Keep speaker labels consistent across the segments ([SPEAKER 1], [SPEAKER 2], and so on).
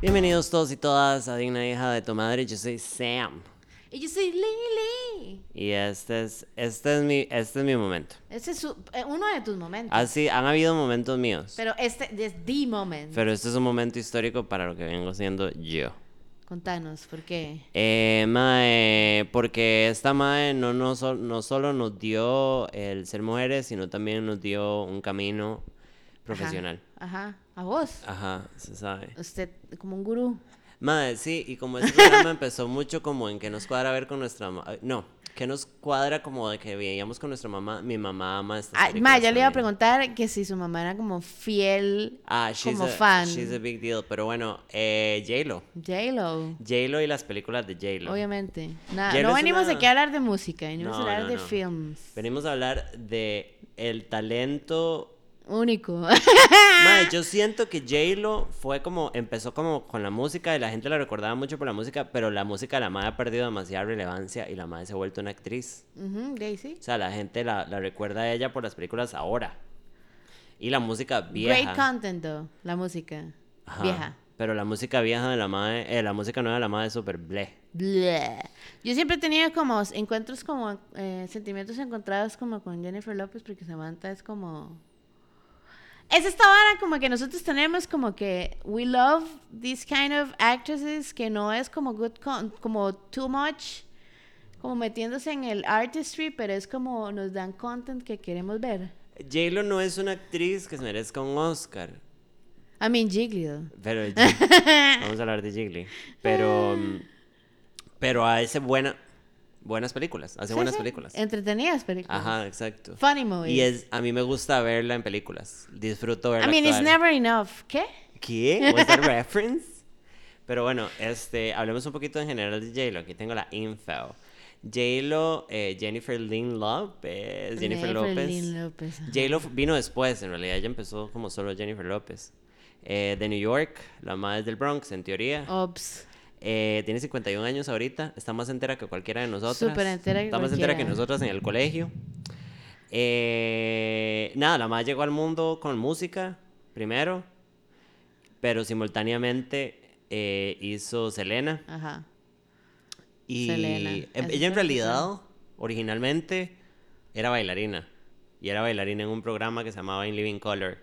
[SPEAKER 1] Bienvenidos todos y todas a Digna Hija de tu Madre. Yo soy Sam.
[SPEAKER 2] Y yo soy Lili.
[SPEAKER 1] Y este es, este es, mi, este es mi momento.
[SPEAKER 2] Ese es su- eh, uno de tus momentos.
[SPEAKER 1] Así, han habido momentos míos.
[SPEAKER 2] Pero este es the moment.
[SPEAKER 1] Pero este es un momento histórico para lo que vengo siendo yo.
[SPEAKER 2] Contanos, ¿por qué?
[SPEAKER 1] Eh, mae, porque esta mae no, no, sol- no solo nos dio el ser mujeres, sino también nos dio un camino profesional.
[SPEAKER 2] Ajá. Ajá. A vos.
[SPEAKER 1] Ajá, se sabe.
[SPEAKER 2] Usted como un gurú.
[SPEAKER 1] Pues Madre, sí, y como este programa empezó mucho como en que nos cuadra ver con nuestra mamá. No, que nos cuadra como de que veíamos con nuestra mamá. Mi mamá ama estas
[SPEAKER 2] Ah, ma,
[SPEAKER 1] películas
[SPEAKER 2] yo le iba a
[SPEAKER 1] también.
[SPEAKER 2] preguntar que si su mamá era como fiel
[SPEAKER 1] Ah, she's
[SPEAKER 2] como
[SPEAKER 1] a,
[SPEAKER 2] fan.
[SPEAKER 1] She's a big deal. Pero bueno, eh, J-Lo.
[SPEAKER 2] J-Lo.
[SPEAKER 1] J-Lo y las películas de J-Lo.
[SPEAKER 2] Obviamente. Nada,
[SPEAKER 1] J-Lo
[SPEAKER 2] no
[SPEAKER 1] es
[SPEAKER 2] venimos
[SPEAKER 1] una-
[SPEAKER 2] aquí a hablar de música, venimos
[SPEAKER 1] No,
[SPEAKER 2] a hablar
[SPEAKER 1] no,
[SPEAKER 2] de
[SPEAKER 1] no.
[SPEAKER 2] films.
[SPEAKER 1] Venimos a hablar de el talento
[SPEAKER 2] Único.
[SPEAKER 1] Mae, yo siento que J-Lo fue como, empezó como con la música y la gente la recordaba mucho por la música, pero la música de la madre ha perdido demasiada relevancia y la madre se ha vuelto una actriz.
[SPEAKER 2] Ujú, Daisy.
[SPEAKER 1] O sea, la gente la, la recuerda a ella por las películas ahora. Y la música vieja.
[SPEAKER 2] Great content, though, la música.
[SPEAKER 1] Ajá.
[SPEAKER 2] Vieja.
[SPEAKER 1] Pero la música vieja de la madre, eh, la música nueva de la madre es súper bleh.
[SPEAKER 2] Bleh. Yo siempre tenía como encuentros como eh, sentimientos encontrados como con Jennifer López porque Samantha es como es esta vara como que nosotros tenemos como que we love these kind of actresses que no es como good con- como too much como metiéndose en el artistry pero es como nos dan content que queremos ver
[SPEAKER 1] J-Lo no es una actriz que se merezca un Oscar.
[SPEAKER 2] I mean Jiggly though.
[SPEAKER 1] Pero Jig- vamos a hablar de Jiggly. Pero, mm, pero hace buena, buenas películas. Hace
[SPEAKER 2] Sí,
[SPEAKER 1] buenas
[SPEAKER 2] sí.
[SPEAKER 1] películas.
[SPEAKER 2] entretenidas películas
[SPEAKER 1] Ajá, exacto.
[SPEAKER 2] funny movies
[SPEAKER 1] Y es, a mí me gusta verla en películas. Disfruto verla.
[SPEAKER 2] I mean it's
[SPEAKER 1] actuar.
[SPEAKER 2] never enough ¿qué?
[SPEAKER 1] ¿Qué? ¿Was that reference? Pero bueno, este, hablemos un poquito en general de J-Lo. Aquí tengo la info. J-Lo, eh, Jennifer Lynn López. Jennifer López.
[SPEAKER 2] Lynn López. ajá.
[SPEAKER 1] J-Lo fu- vino después, en realidad ella empezó como solo Jennifer López. Eh, de New York, la madre es del Bronx, en
[SPEAKER 2] Oh,
[SPEAKER 1] teoría.
[SPEAKER 2] Ops.
[SPEAKER 1] Eh, tiene 51 años ahorita, está más entera que cualquiera de nosotras.
[SPEAKER 2] Súper entera que
[SPEAKER 1] Está más entera que
[SPEAKER 2] cualquiera.
[SPEAKER 1] nosotras en el colegio. Eh, nada, la madre llegó al mundo con música, primero, pero simultáneamente eh, hizo Selena.
[SPEAKER 2] Ajá.
[SPEAKER 1] Y
[SPEAKER 2] Selena,
[SPEAKER 1] em- ella en
[SPEAKER 2] eso fue lo que
[SPEAKER 1] realidad, originalmente, era bailarina. Y era bailarina en un programa que se llamaba In Living Color.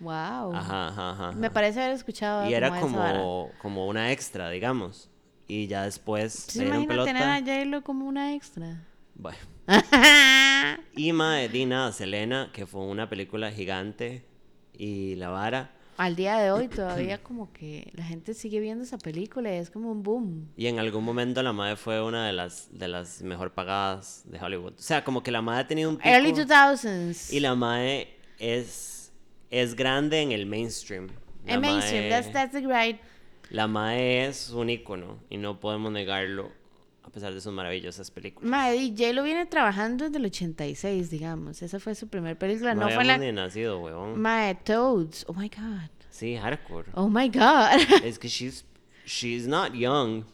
[SPEAKER 2] Wow.
[SPEAKER 1] Ajá, ajá, ajá.
[SPEAKER 2] Me
[SPEAKER 1] ajá.
[SPEAKER 2] parece haber escuchado.
[SPEAKER 1] Y era
[SPEAKER 2] esa vara.
[SPEAKER 1] como, como una extra, digamos. Y ya después
[SPEAKER 2] ¿Se
[SPEAKER 1] le dieron
[SPEAKER 2] imagina
[SPEAKER 1] pelota.
[SPEAKER 2] tener a J-Lo como una extra?
[SPEAKER 1] Bueno. Y mae, di nada, Selena, que fue una película gigante. Y La Vara.
[SPEAKER 2] Al día de hoy todavía como que la gente sigue viendo esa película y es como un boom.
[SPEAKER 1] Y en algún momento la madre fue una de las, de las mejor pagadas de Hollywood. O sea, como que la madre ha tenido un pico.
[SPEAKER 2] Early 2000s.
[SPEAKER 1] Y la mae es, es grande en el mainstream. La
[SPEAKER 2] En mainstream,
[SPEAKER 1] mae-
[SPEAKER 2] that's, that's the right.
[SPEAKER 1] La mae es un ícono y no podemos negarlo a pesar de sus maravillosas películas.
[SPEAKER 2] Madre, y J-Lo viene trabajando desde el 86, digamos. Esa fue su primer película.
[SPEAKER 1] No,
[SPEAKER 2] No, fue la...
[SPEAKER 1] habíamos ni nacido, weón.
[SPEAKER 2] Madre, Toads. Oh my God.
[SPEAKER 1] Sí, hardcore.
[SPEAKER 2] Oh my God.
[SPEAKER 1] Es que she's, she's not young,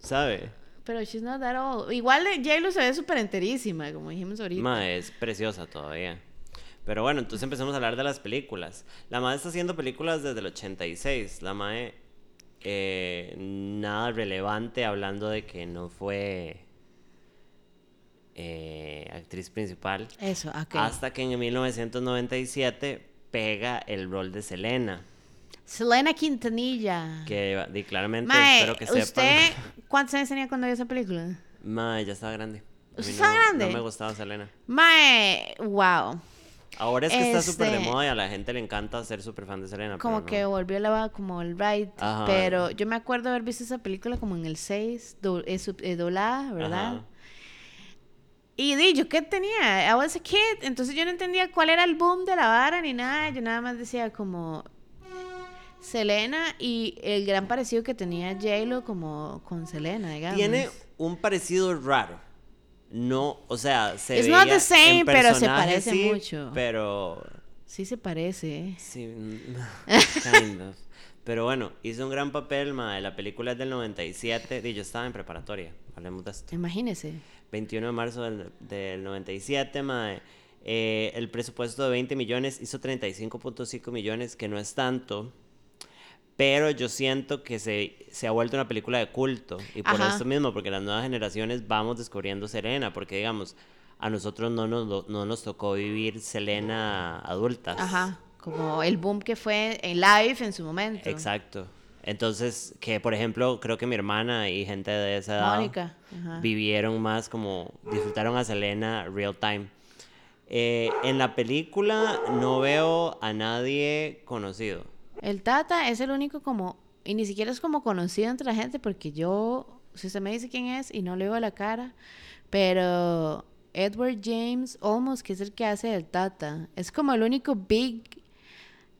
[SPEAKER 1] ¿sabe?
[SPEAKER 2] Pero she's not that old. Igual eh, J-Lo se ve súper enterísima, como dijimos ahorita.
[SPEAKER 1] Mae es preciosa todavía. Pero bueno, entonces empezamos a hablar de las películas. La mae está haciendo películas desde el 86. La mae, eh, nada relevante hablando de que no fue eh, actriz principal.
[SPEAKER 2] Eso, ok.
[SPEAKER 1] Hasta que en 1997 pega el rol de Selena.
[SPEAKER 2] Selena Quintanilla.
[SPEAKER 1] Que di, claramente
[SPEAKER 2] Mae,
[SPEAKER 1] espero que
[SPEAKER 2] ¿usted
[SPEAKER 1] sepan.
[SPEAKER 2] cuántos años tenía cuando vio esa película?
[SPEAKER 1] Mae, ya estaba grande. A mí
[SPEAKER 2] ¿Usted estaba
[SPEAKER 1] no-
[SPEAKER 2] grande?
[SPEAKER 1] No me gustaba Selena.
[SPEAKER 2] Mae, wow.
[SPEAKER 1] Ahora es que está súper de
[SPEAKER 2] Este-
[SPEAKER 1] moda y a la gente le encanta ser súper fan de Selena.
[SPEAKER 2] Como
[SPEAKER 1] pero no.
[SPEAKER 2] que volvió la como el right.
[SPEAKER 1] Ajá.
[SPEAKER 2] Pero yo me acuerdo haber visto esa película como en el 6, do, eh, sub- eh, doblada, ¿verdad?
[SPEAKER 1] Ajá.
[SPEAKER 2] Y di, yo qué tenía, I was a kid, entonces yo no entendía cuál era el boom de la vara ni nada, yo nada más decía como Selena y el gran parecido que tenía J-Lo como con Selena, digamos.
[SPEAKER 1] Tiene un parecido raro. No, o sea, se
[SPEAKER 2] It's not
[SPEAKER 1] veía
[SPEAKER 2] the same,
[SPEAKER 1] en
[SPEAKER 2] pero se
[SPEAKER 1] personaje,
[SPEAKER 2] parece
[SPEAKER 1] sí,
[SPEAKER 2] mucho.
[SPEAKER 1] Pero
[SPEAKER 2] Sí se parece. ¿eh?
[SPEAKER 1] sí, mm, kind of. Pero bueno, hizo un gran papel, ma, de la película es del 97, y yo estaba en preparatoria, hablemos de esto.
[SPEAKER 2] Imagínese.
[SPEAKER 1] 21 de marzo del, del 97, mae. Eh, el presupuesto de 20 millones hizo 35.5 millones, que no es tanto, Pero yo siento que se, se ha vuelto una película de culto. Y por
[SPEAKER 2] Ajá.
[SPEAKER 1] eso mismo, porque las nuevas generaciones vamos descubriendo Selena. Porque, digamos, a nosotros no nos, lo- no nos tocó vivir Selena adultas.
[SPEAKER 2] Ajá, como el boom que fue en live en su momento.
[SPEAKER 1] Exacto. Entonces, que por ejemplo, creo que mi hermana y gente de esa edad
[SPEAKER 2] Mónica, ajá.
[SPEAKER 1] vivieron más como disfrutaron a Selena real time. Eh, en la película no veo a nadie conocido.
[SPEAKER 2] El Tata es el único como, y ni siquiera es como conocido entre la gente, porque yo, si usted me dice quién es y no le veo la cara, pero Edward James Olmos, que es el que hace el Tata, es como el único big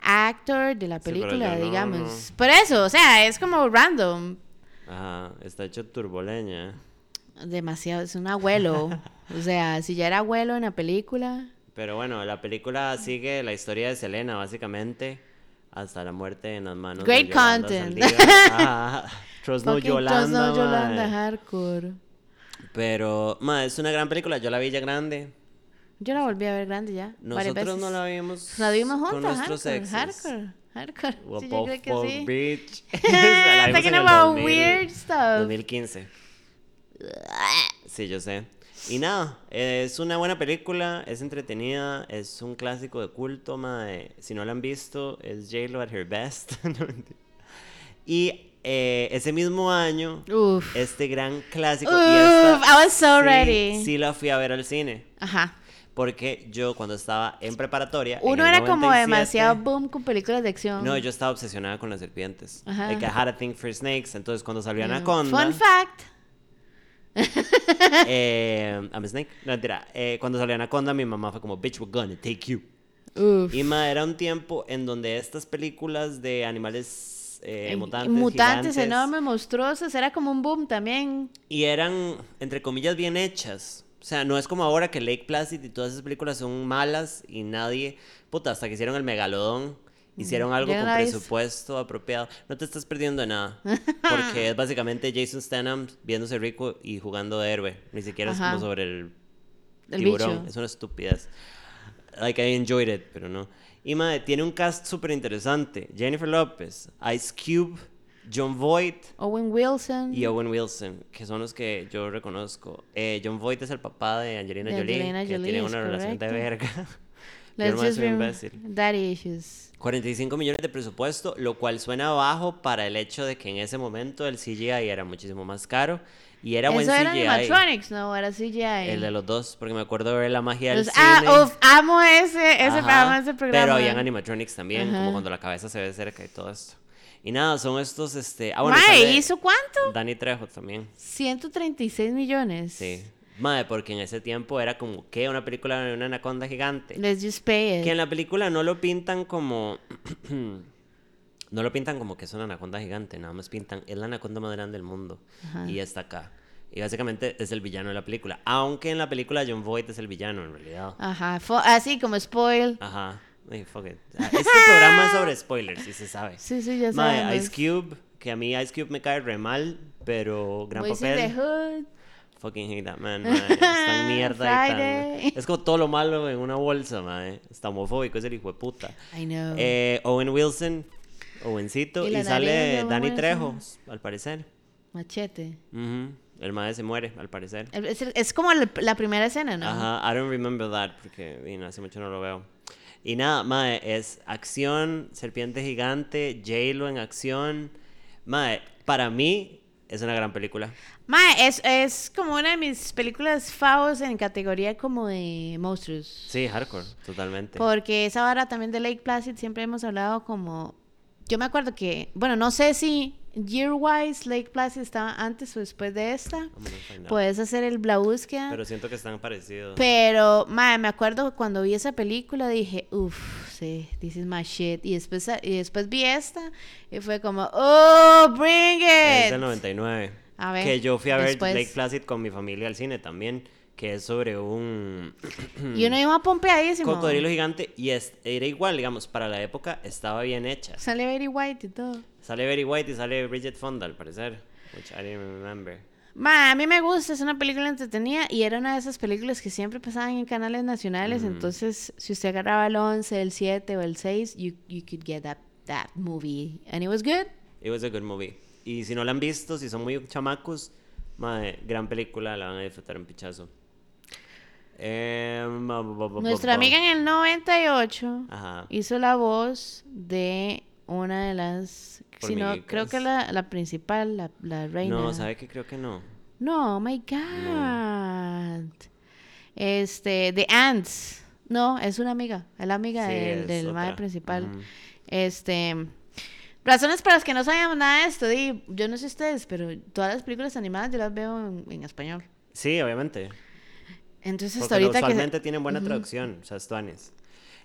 [SPEAKER 2] actor de la
[SPEAKER 1] Sí, pero
[SPEAKER 2] película,
[SPEAKER 1] yo no,
[SPEAKER 2] digamos. Por eso, o sea, es como random.
[SPEAKER 1] Ajá, está hecho turboleña.
[SPEAKER 2] Demasiado, es un abuelo. O sea, si ya era abuelo en la película,
[SPEAKER 1] Pero bueno, la película sigue la historia de Selena, básicamente, hasta la muerte en las manos
[SPEAKER 2] Great
[SPEAKER 1] de Yolanda
[SPEAKER 2] content.
[SPEAKER 1] Saldívar. Ah, Trust No
[SPEAKER 2] fucking Trust
[SPEAKER 1] Yolanda.
[SPEAKER 2] No Yolanda
[SPEAKER 1] mae.
[SPEAKER 2] hardcore.
[SPEAKER 1] Pero, ma, es una gran película. Yo la vi ya grande.
[SPEAKER 2] Yo la volví a ver grande ya. varias
[SPEAKER 1] Nosotros no
[SPEAKER 2] veces.
[SPEAKER 1] la vimos.
[SPEAKER 2] La vimos juntas,
[SPEAKER 1] Con nuestros
[SPEAKER 2] hardcore,
[SPEAKER 1] exes.
[SPEAKER 2] hardcore, hardcore.
[SPEAKER 1] What
[SPEAKER 2] Sí,
[SPEAKER 1] the
[SPEAKER 2] yo creo que
[SPEAKER 1] fuck,
[SPEAKER 2] sí.
[SPEAKER 1] bitch. La vimos en
[SPEAKER 2] Talking
[SPEAKER 1] el
[SPEAKER 2] about
[SPEAKER 1] 2000,
[SPEAKER 2] weird stuff.
[SPEAKER 1] 2015. Sí, yo sé. Y nada, es una buena película, es entretenida, es un clásico de culto, mae. Si no la han visto, es J-Lo at her best. No, mentira. y eh, ese mismo año,
[SPEAKER 2] Uf.
[SPEAKER 1] este gran clásico. y
[SPEAKER 2] Uf,
[SPEAKER 1] esta
[SPEAKER 2] I was so
[SPEAKER 1] sí-
[SPEAKER 2] ready.
[SPEAKER 1] Sí la fui a ver al cine.
[SPEAKER 2] Ajá.
[SPEAKER 1] Porque yo cuando estaba en preparatoria. en
[SPEAKER 2] Uno
[SPEAKER 1] el
[SPEAKER 2] era como
[SPEAKER 1] 97,
[SPEAKER 2] demasiado boom con películas de acción.
[SPEAKER 1] No, yo estaba obsesionada con las serpientes.
[SPEAKER 2] Ajá.
[SPEAKER 1] Like I had a thing for snakes. Entonces cuando salió
[SPEAKER 2] Mm.
[SPEAKER 1] Anaconda.
[SPEAKER 2] Fun fact.
[SPEAKER 1] eh, I'm a snake. No, mentira. Eh, cuando salió Anaconda, mi mamá fue como, bitch, we're gonna take you.
[SPEAKER 2] Uf.
[SPEAKER 1] Y ma, era un tiempo en donde estas películas de animales eh,
[SPEAKER 2] Eh,
[SPEAKER 1] mutantes.
[SPEAKER 2] mutantes
[SPEAKER 1] gigantes,
[SPEAKER 2] enormes, monstruosas. Era como un boom también.
[SPEAKER 1] Y eran, entre comillas, bien hechas. O sea, no es como ahora que Lake Placid y todas esas películas son malas y nadie. Puta, hasta que hicieron el megalodón,
[SPEAKER 2] Mm.
[SPEAKER 1] hicieron algo
[SPEAKER 2] yo no
[SPEAKER 1] con
[SPEAKER 2] la he visto.
[SPEAKER 1] presupuesto apropiado. No te estás perdiendo de nada. Porque es básicamente Jason Stanham viéndose rico y jugando de héroe. Ni siquiera
[SPEAKER 2] Ajá.
[SPEAKER 1] es como sobre el
[SPEAKER 2] El
[SPEAKER 1] tiburón.
[SPEAKER 2] bicho.
[SPEAKER 1] Es una estupidez. Like, I enjoyed it, pero no. Y madre, tiene un cast súper interesante: Jennifer Lopez, Ice Cube, John Voight
[SPEAKER 2] Owen Wilson.
[SPEAKER 1] y Owen Wilson, que son los que yo reconozco. Eh, John Voight es el papá de Angelina
[SPEAKER 2] De
[SPEAKER 1] Jolie,
[SPEAKER 2] Angelina
[SPEAKER 1] que
[SPEAKER 2] Jolie,
[SPEAKER 1] tiene
[SPEAKER 2] es
[SPEAKER 1] una relación de
[SPEAKER 2] correcto.
[SPEAKER 1] verga. Yo
[SPEAKER 2] Let's
[SPEAKER 1] nomás
[SPEAKER 2] just
[SPEAKER 1] soy un
[SPEAKER 2] rem-
[SPEAKER 1] imbécil.
[SPEAKER 2] Daddy issues.
[SPEAKER 1] 45 millones de presupuesto, lo cual suena bajo para el hecho de que en ese momento el CGI era muchísimo más caro y era buen
[SPEAKER 2] Eso era
[SPEAKER 1] CGI.
[SPEAKER 2] animatronics, no, era CGI.
[SPEAKER 1] El de los dos, porque me acuerdo de ver la magia del
[SPEAKER 2] Los-
[SPEAKER 1] cine.
[SPEAKER 2] ah, uf, amo ese, ese
[SPEAKER 1] Ajá,
[SPEAKER 2] programa, ese programa.
[SPEAKER 1] Pero habían animatronics también,
[SPEAKER 2] Ajá.
[SPEAKER 1] como cuando la cabeza se ve cerca y todo esto. Y nada, son estos, este... Ah, bueno,
[SPEAKER 2] Mae,
[SPEAKER 1] sale
[SPEAKER 2] ¿hizo cuánto?
[SPEAKER 1] Danny Trejo también.
[SPEAKER 2] 136 millones.
[SPEAKER 1] Sí. Madre, porque en ese tiempo era como que una película de una anaconda gigante.
[SPEAKER 2] Let's just pay it.
[SPEAKER 1] Que en la película no lo pintan como. no lo pintan como que es una anaconda gigante, nada más pintan. Es la anaconda más grande del mundo.
[SPEAKER 2] Ajá.
[SPEAKER 1] Y está acá. Y básicamente es el villano de la película. Aunque en la película John Voight es el villano, en realidad.
[SPEAKER 2] Ajá, fo- así como spoil.
[SPEAKER 1] Ajá. Ay, fuck it. Ah, Este programa es sobre spoilers, y se sabe.
[SPEAKER 2] Sí, sí, ya
[SPEAKER 1] Madre,
[SPEAKER 2] sabemos.
[SPEAKER 1] Ice Cube, que a mí Ice Cube me cae re mal, pero gran
[SPEAKER 2] Boys in
[SPEAKER 1] papel.
[SPEAKER 2] the Hood.
[SPEAKER 1] Fucking hate that man, mae. Es tan mierda y
[SPEAKER 2] Friday.
[SPEAKER 1] tan... Es como todo lo malo en una bolsa, mae. Está homofóbico, es el hijo de puta.
[SPEAKER 2] I know.
[SPEAKER 1] Eh, Owen Wilson, Owencito,
[SPEAKER 2] Ah. Y
[SPEAKER 1] y,
[SPEAKER 2] la nariz de
[SPEAKER 1] sale
[SPEAKER 2] Owen
[SPEAKER 1] Danny
[SPEAKER 2] Wilson.
[SPEAKER 1] Trejo, al parecer.
[SPEAKER 2] Machete.
[SPEAKER 1] Ujú. El mae se muere, al parecer.
[SPEAKER 2] El- Es, el- es como el- la primera escena, ¿no?
[SPEAKER 1] Ajá, I don't remember that, porque y no, hace mucho no lo veo. Y nada, mae, es acción, serpiente gigante, J-Lo en acción. Mae, para mí es una gran película.
[SPEAKER 2] Mae, es, es como una de mis películas favos en categoría como de monstruos.
[SPEAKER 1] Sí, hardcore, totalmente.
[SPEAKER 2] Porque esa vara también de Lake Placid siempre hemos hablado como... Yo me acuerdo que, bueno, no sé si year-wise Lake Placid estaba antes o después de esta.
[SPEAKER 1] I'm gonna find out.
[SPEAKER 2] Puedes hacer el la búsqueda.
[SPEAKER 1] Pero siento que están parecidos.
[SPEAKER 2] Pues, Pero, mae, me acuerdo cuando vi esa película dije, uff, sí, this is my shit. Y después, y después vi esta y fue como, oh, bring
[SPEAKER 1] es
[SPEAKER 2] it.
[SPEAKER 1] del 99.
[SPEAKER 2] A ver,
[SPEAKER 1] que yo fui a ver
[SPEAKER 2] después.
[SPEAKER 1] Lake Placid con mi familia al cine también, que es sobre un
[SPEAKER 2] Y uno iba pompeadísimo.
[SPEAKER 1] cocodrilo gigante y es, era igual, digamos, para la época estaba bien hecha.
[SPEAKER 2] Sale Betty White y todo.
[SPEAKER 1] Sale Very White y sale Bridget Fonda al parecer, which I didn't remember.
[SPEAKER 2] Ma, a mí me gusta, es una película entretenida y era una de esas películas que siempre pasaban en canales nacionales, entonces si usted agarraba el 11, el 7 o el 6, you, you could get that that movie. And it was good.
[SPEAKER 1] It was a good movie. Y si no la han visto, si son muy chamacos, madre, gran película, la van a disfrutar un pichazo. Em, ba, ba, ba, ba,
[SPEAKER 2] Nuestra
[SPEAKER 1] ba.
[SPEAKER 2] amiga en el 98
[SPEAKER 1] Ajá.
[SPEAKER 2] hizo la voz de una de las. Si no,
[SPEAKER 1] Hormiguitas.
[SPEAKER 2] creo que la, la principal, la, la reina.
[SPEAKER 1] No, ¿sabe qué? Creo que no.
[SPEAKER 2] No, oh my God. Este, The Ants. No, es una amiga. Es la amiga
[SPEAKER 1] Sí,
[SPEAKER 2] del,
[SPEAKER 1] es
[SPEAKER 2] del mae
[SPEAKER 1] otra.
[SPEAKER 2] principal.
[SPEAKER 1] Ujú.
[SPEAKER 2] Este. Razones para las que no sabíamos nada de esto. di, yo no sé ustedes, pero todas las películas animadas yo las veo en, en español.
[SPEAKER 1] Sí, obviamente.
[SPEAKER 2] Entonces, hasta
[SPEAKER 1] Porque lo-
[SPEAKER 2] ahorita
[SPEAKER 1] usualmente
[SPEAKER 2] que.
[SPEAKER 1] tienen buena traducción, o sea, estuanes.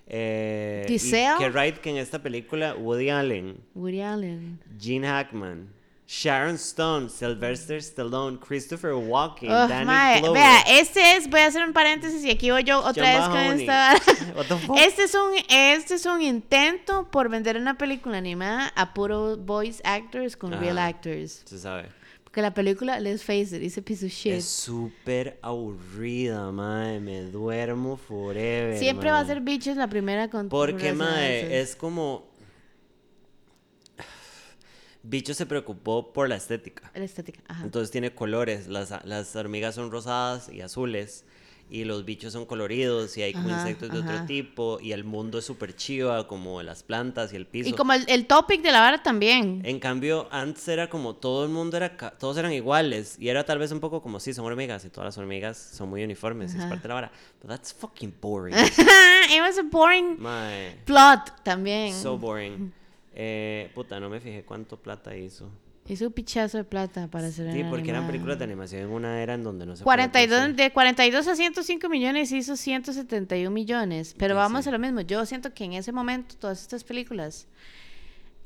[SPEAKER 1] Eh, y
[SPEAKER 2] Giselle.
[SPEAKER 1] que right que en esta película Woody Allen,
[SPEAKER 2] Woody Allen.
[SPEAKER 1] Gene Hackman, Sharon Stone, Sylvester Stallone, Christopher Walken,
[SPEAKER 2] Ugh,
[SPEAKER 1] Danny
[SPEAKER 2] mae,
[SPEAKER 1] Glover.
[SPEAKER 2] Vea, este es, voy a hacer un paréntesis y aquí voy yo otra
[SPEAKER 1] John Mahoney.
[SPEAKER 2] vez con esta.
[SPEAKER 1] What the fuck?
[SPEAKER 2] Este es, un, este es un intento por vender una película animada a puro voice actors con real
[SPEAKER 1] Ajá.
[SPEAKER 2] actors.
[SPEAKER 1] Se sabe.
[SPEAKER 2] Porque la película, let's face it, it's a piece of shit.
[SPEAKER 1] Es súper aburrida, madre. Me duermo forever.
[SPEAKER 2] Siempre va a
[SPEAKER 1] mae.
[SPEAKER 2] ser bitches la primera con
[SPEAKER 1] Porque,
[SPEAKER 2] con resonancias.
[SPEAKER 1] mae, es como. Bicho se preocupó por la estética.
[SPEAKER 2] La estética, ajá.
[SPEAKER 1] Entonces tiene colores. Las, las hormigas son rosadas y azules. Y los bichos son coloridos y hay como
[SPEAKER 2] Ajá,
[SPEAKER 1] insectos de
[SPEAKER 2] ajá.
[SPEAKER 1] otro tipo. Y el mundo es súper chiva, como las plantas y el piso.
[SPEAKER 2] y como el, el topic de la vara también.
[SPEAKER 1] En cambio, antes era como todo el mundo era, ca- todos eran iguales y era tal vez un poco como sí, son hormigas y todas las hormigas son muy uniformes, y es
[SPEAKER 2] Ajá.
[SPEAKER 1] parte de la vara. But that's fucking boring.
[SPEAKER 2] It was a boring
[SPEAKER 1] My,
[SPEAKER 2] plot también.
[SPEAKER 1] so boring. Eh, puta, no me fijé cuánto plata hizo.
[SPEAKER 2] Hizo un pichazo de plata para hacer
[SPEAKER 1] Sí,
[SPEAKER 2] una
[SPEAKER 1] porque eran
[SPEAKER 2] animada.
[SPEAKER 1] películas de animación en una era en donde no se puede
[SPEAKER 2] 42,
[SPEAKER 1] pensar.
[SPEAKER 2] de 42 a 105 millones hizo 171 millones. Pero vamos a lo mismo. Yo siento que en ese momento todas estas películas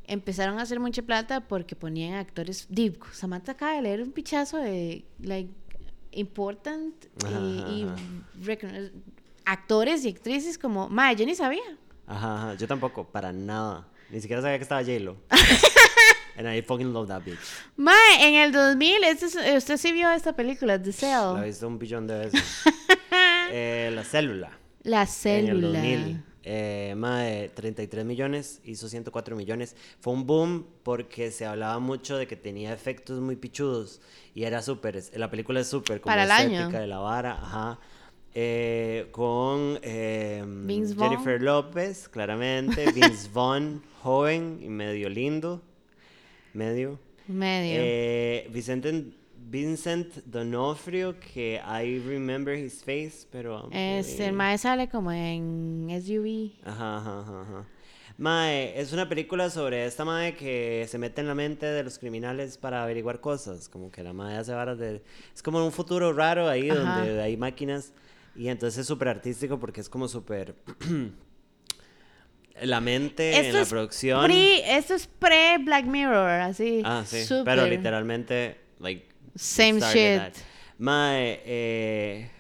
[SPEAKER 2] empezaron a hacer mucha plata porque ponían actores. Di, Samantha acaba de leer un pichazo de like important y,
[SPEAKER 1] Ajá,
[SPEAKER 2] y
[SPEAKER 1] ajá.
[SPEAKER 2] recono- actores y actrices como. Mae, yo ni sabía.
[SPEAKER 1] Ajá, ajá, yo tampoco, para nada. Ni siquiera sabía que estaba J-Lo. And I fucking love that bitch.
[SPEAKER 2] Mae, en el 2000, este es- usted sí vio esta película, The
[SPEAKER 1] La he
[SPEAKER 2] Cell.
[SPEAKER 1] visto un billón de veces. Eh, la célula.
[SPEAKER 2] La
[SPEAKER 1] En
[SPEAKER 2] célula.
[SPEAKER 1] el 2000. eh, mae, 33 millones, hizo 104 millones. Fue un boom porque se hablaba mucho de que tenía efectos muy pichudos y era súper. La película es súper como
[SPEAKER 2] Para el año.
[SPEAKER 1] estética de la vara, ajá. Eh, con eh,
[SPEAKER 2] Vince Vaughn.
[SPEAKER 1] Jennifer López, claramente. Vince Vaughn, joven y medio lindo. Medio.
[SPEAKER 2] Medio.
[SPEAKER 1] Eh, Vicente, Vincent Donofrio, que I remember his face, pero... um,
[SPEAKER 2] Es,
[SPEAKER 1] eh,
[SPEAKER 2] Este, el mae sale como en SUV.
[SPEAKER 1] Ajá, ajá, ajá, ajá. Mae, es una película sobre esta mae que se mete en la mente de los criminales para averiguar cosas. Como que la mae hace varas de. Es como un futuro raro ahí
[SPEAKER 2] Ajá.
[SPEAKER 1] donde hay máquinas. Y entonces es súper artístico porque es como súper. la mente en la
[SPEAKER 2] es
[SPEAKER 1] producción.
[SPEAKER 2] Pre, esto es pre Black Mirror, así.
[SPEAKER 1] Ah, sí.
[SPEAKER 2] súper.
[SPEAKER 1] Pero literalmente, like.
[SPEAKER 2] Same
[SPEAKER 1] started
[SPEAKER 2] shit.
[SPEAKER 1] that. Mae, eh,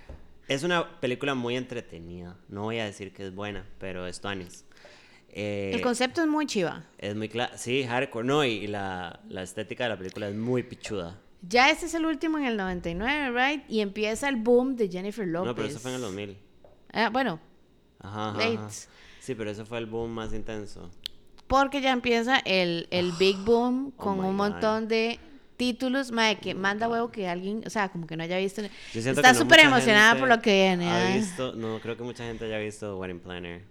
[SPEAKER 1] es una película muy entretenida. No voy a decir que es buena, pero es Tuanis. Eh,
[SPEAKER 2] El concepto es muy chiva.
[SPEAKER 1] es muy claro. Sí, hardcore. No, y, y la, la estética de la película es muy pichuda.
[SPEAKER 2] Ya este es el último en el 99, right? Y empieza el boom de Jennifer Lopez.
[SPEAKER 1] No, pero eso fue en el 2000.
[SPEAKER 2] Ah, bueno,
[SPEAKER 1] Ajá, ajá,
[SPEAKER 2] Late.
[SPEAKER 1] ajá. Sí, pero eso fue el boom más intenso.
[SPEAKER 2] porque ya empieza el, el big boom con
[SPEAKER 1] Ah, oh my
[SPEAKER 2] un
[SPEAKER 1] God.
[SPEAKER 2] montón de títulos, mae, que manda huevo que alguien, o sea, como que no haya visto.
[SPEAKER 1] Yo siento
[SPEAKER 2] Está
[SPEAKER 1] que no
[SPEAKER 2] súper
[SPEAKER 1] mucha
[SPEAKER 2] emocionada
[SPEAKER 1] gente
[SPEAKER 2] por lo que viene.
[SPEAKER 1] ha
[SPEAKER 2] ah.
[SPEAKER 1] visto- no, creo que mucha gente haya visto Wedding Planner.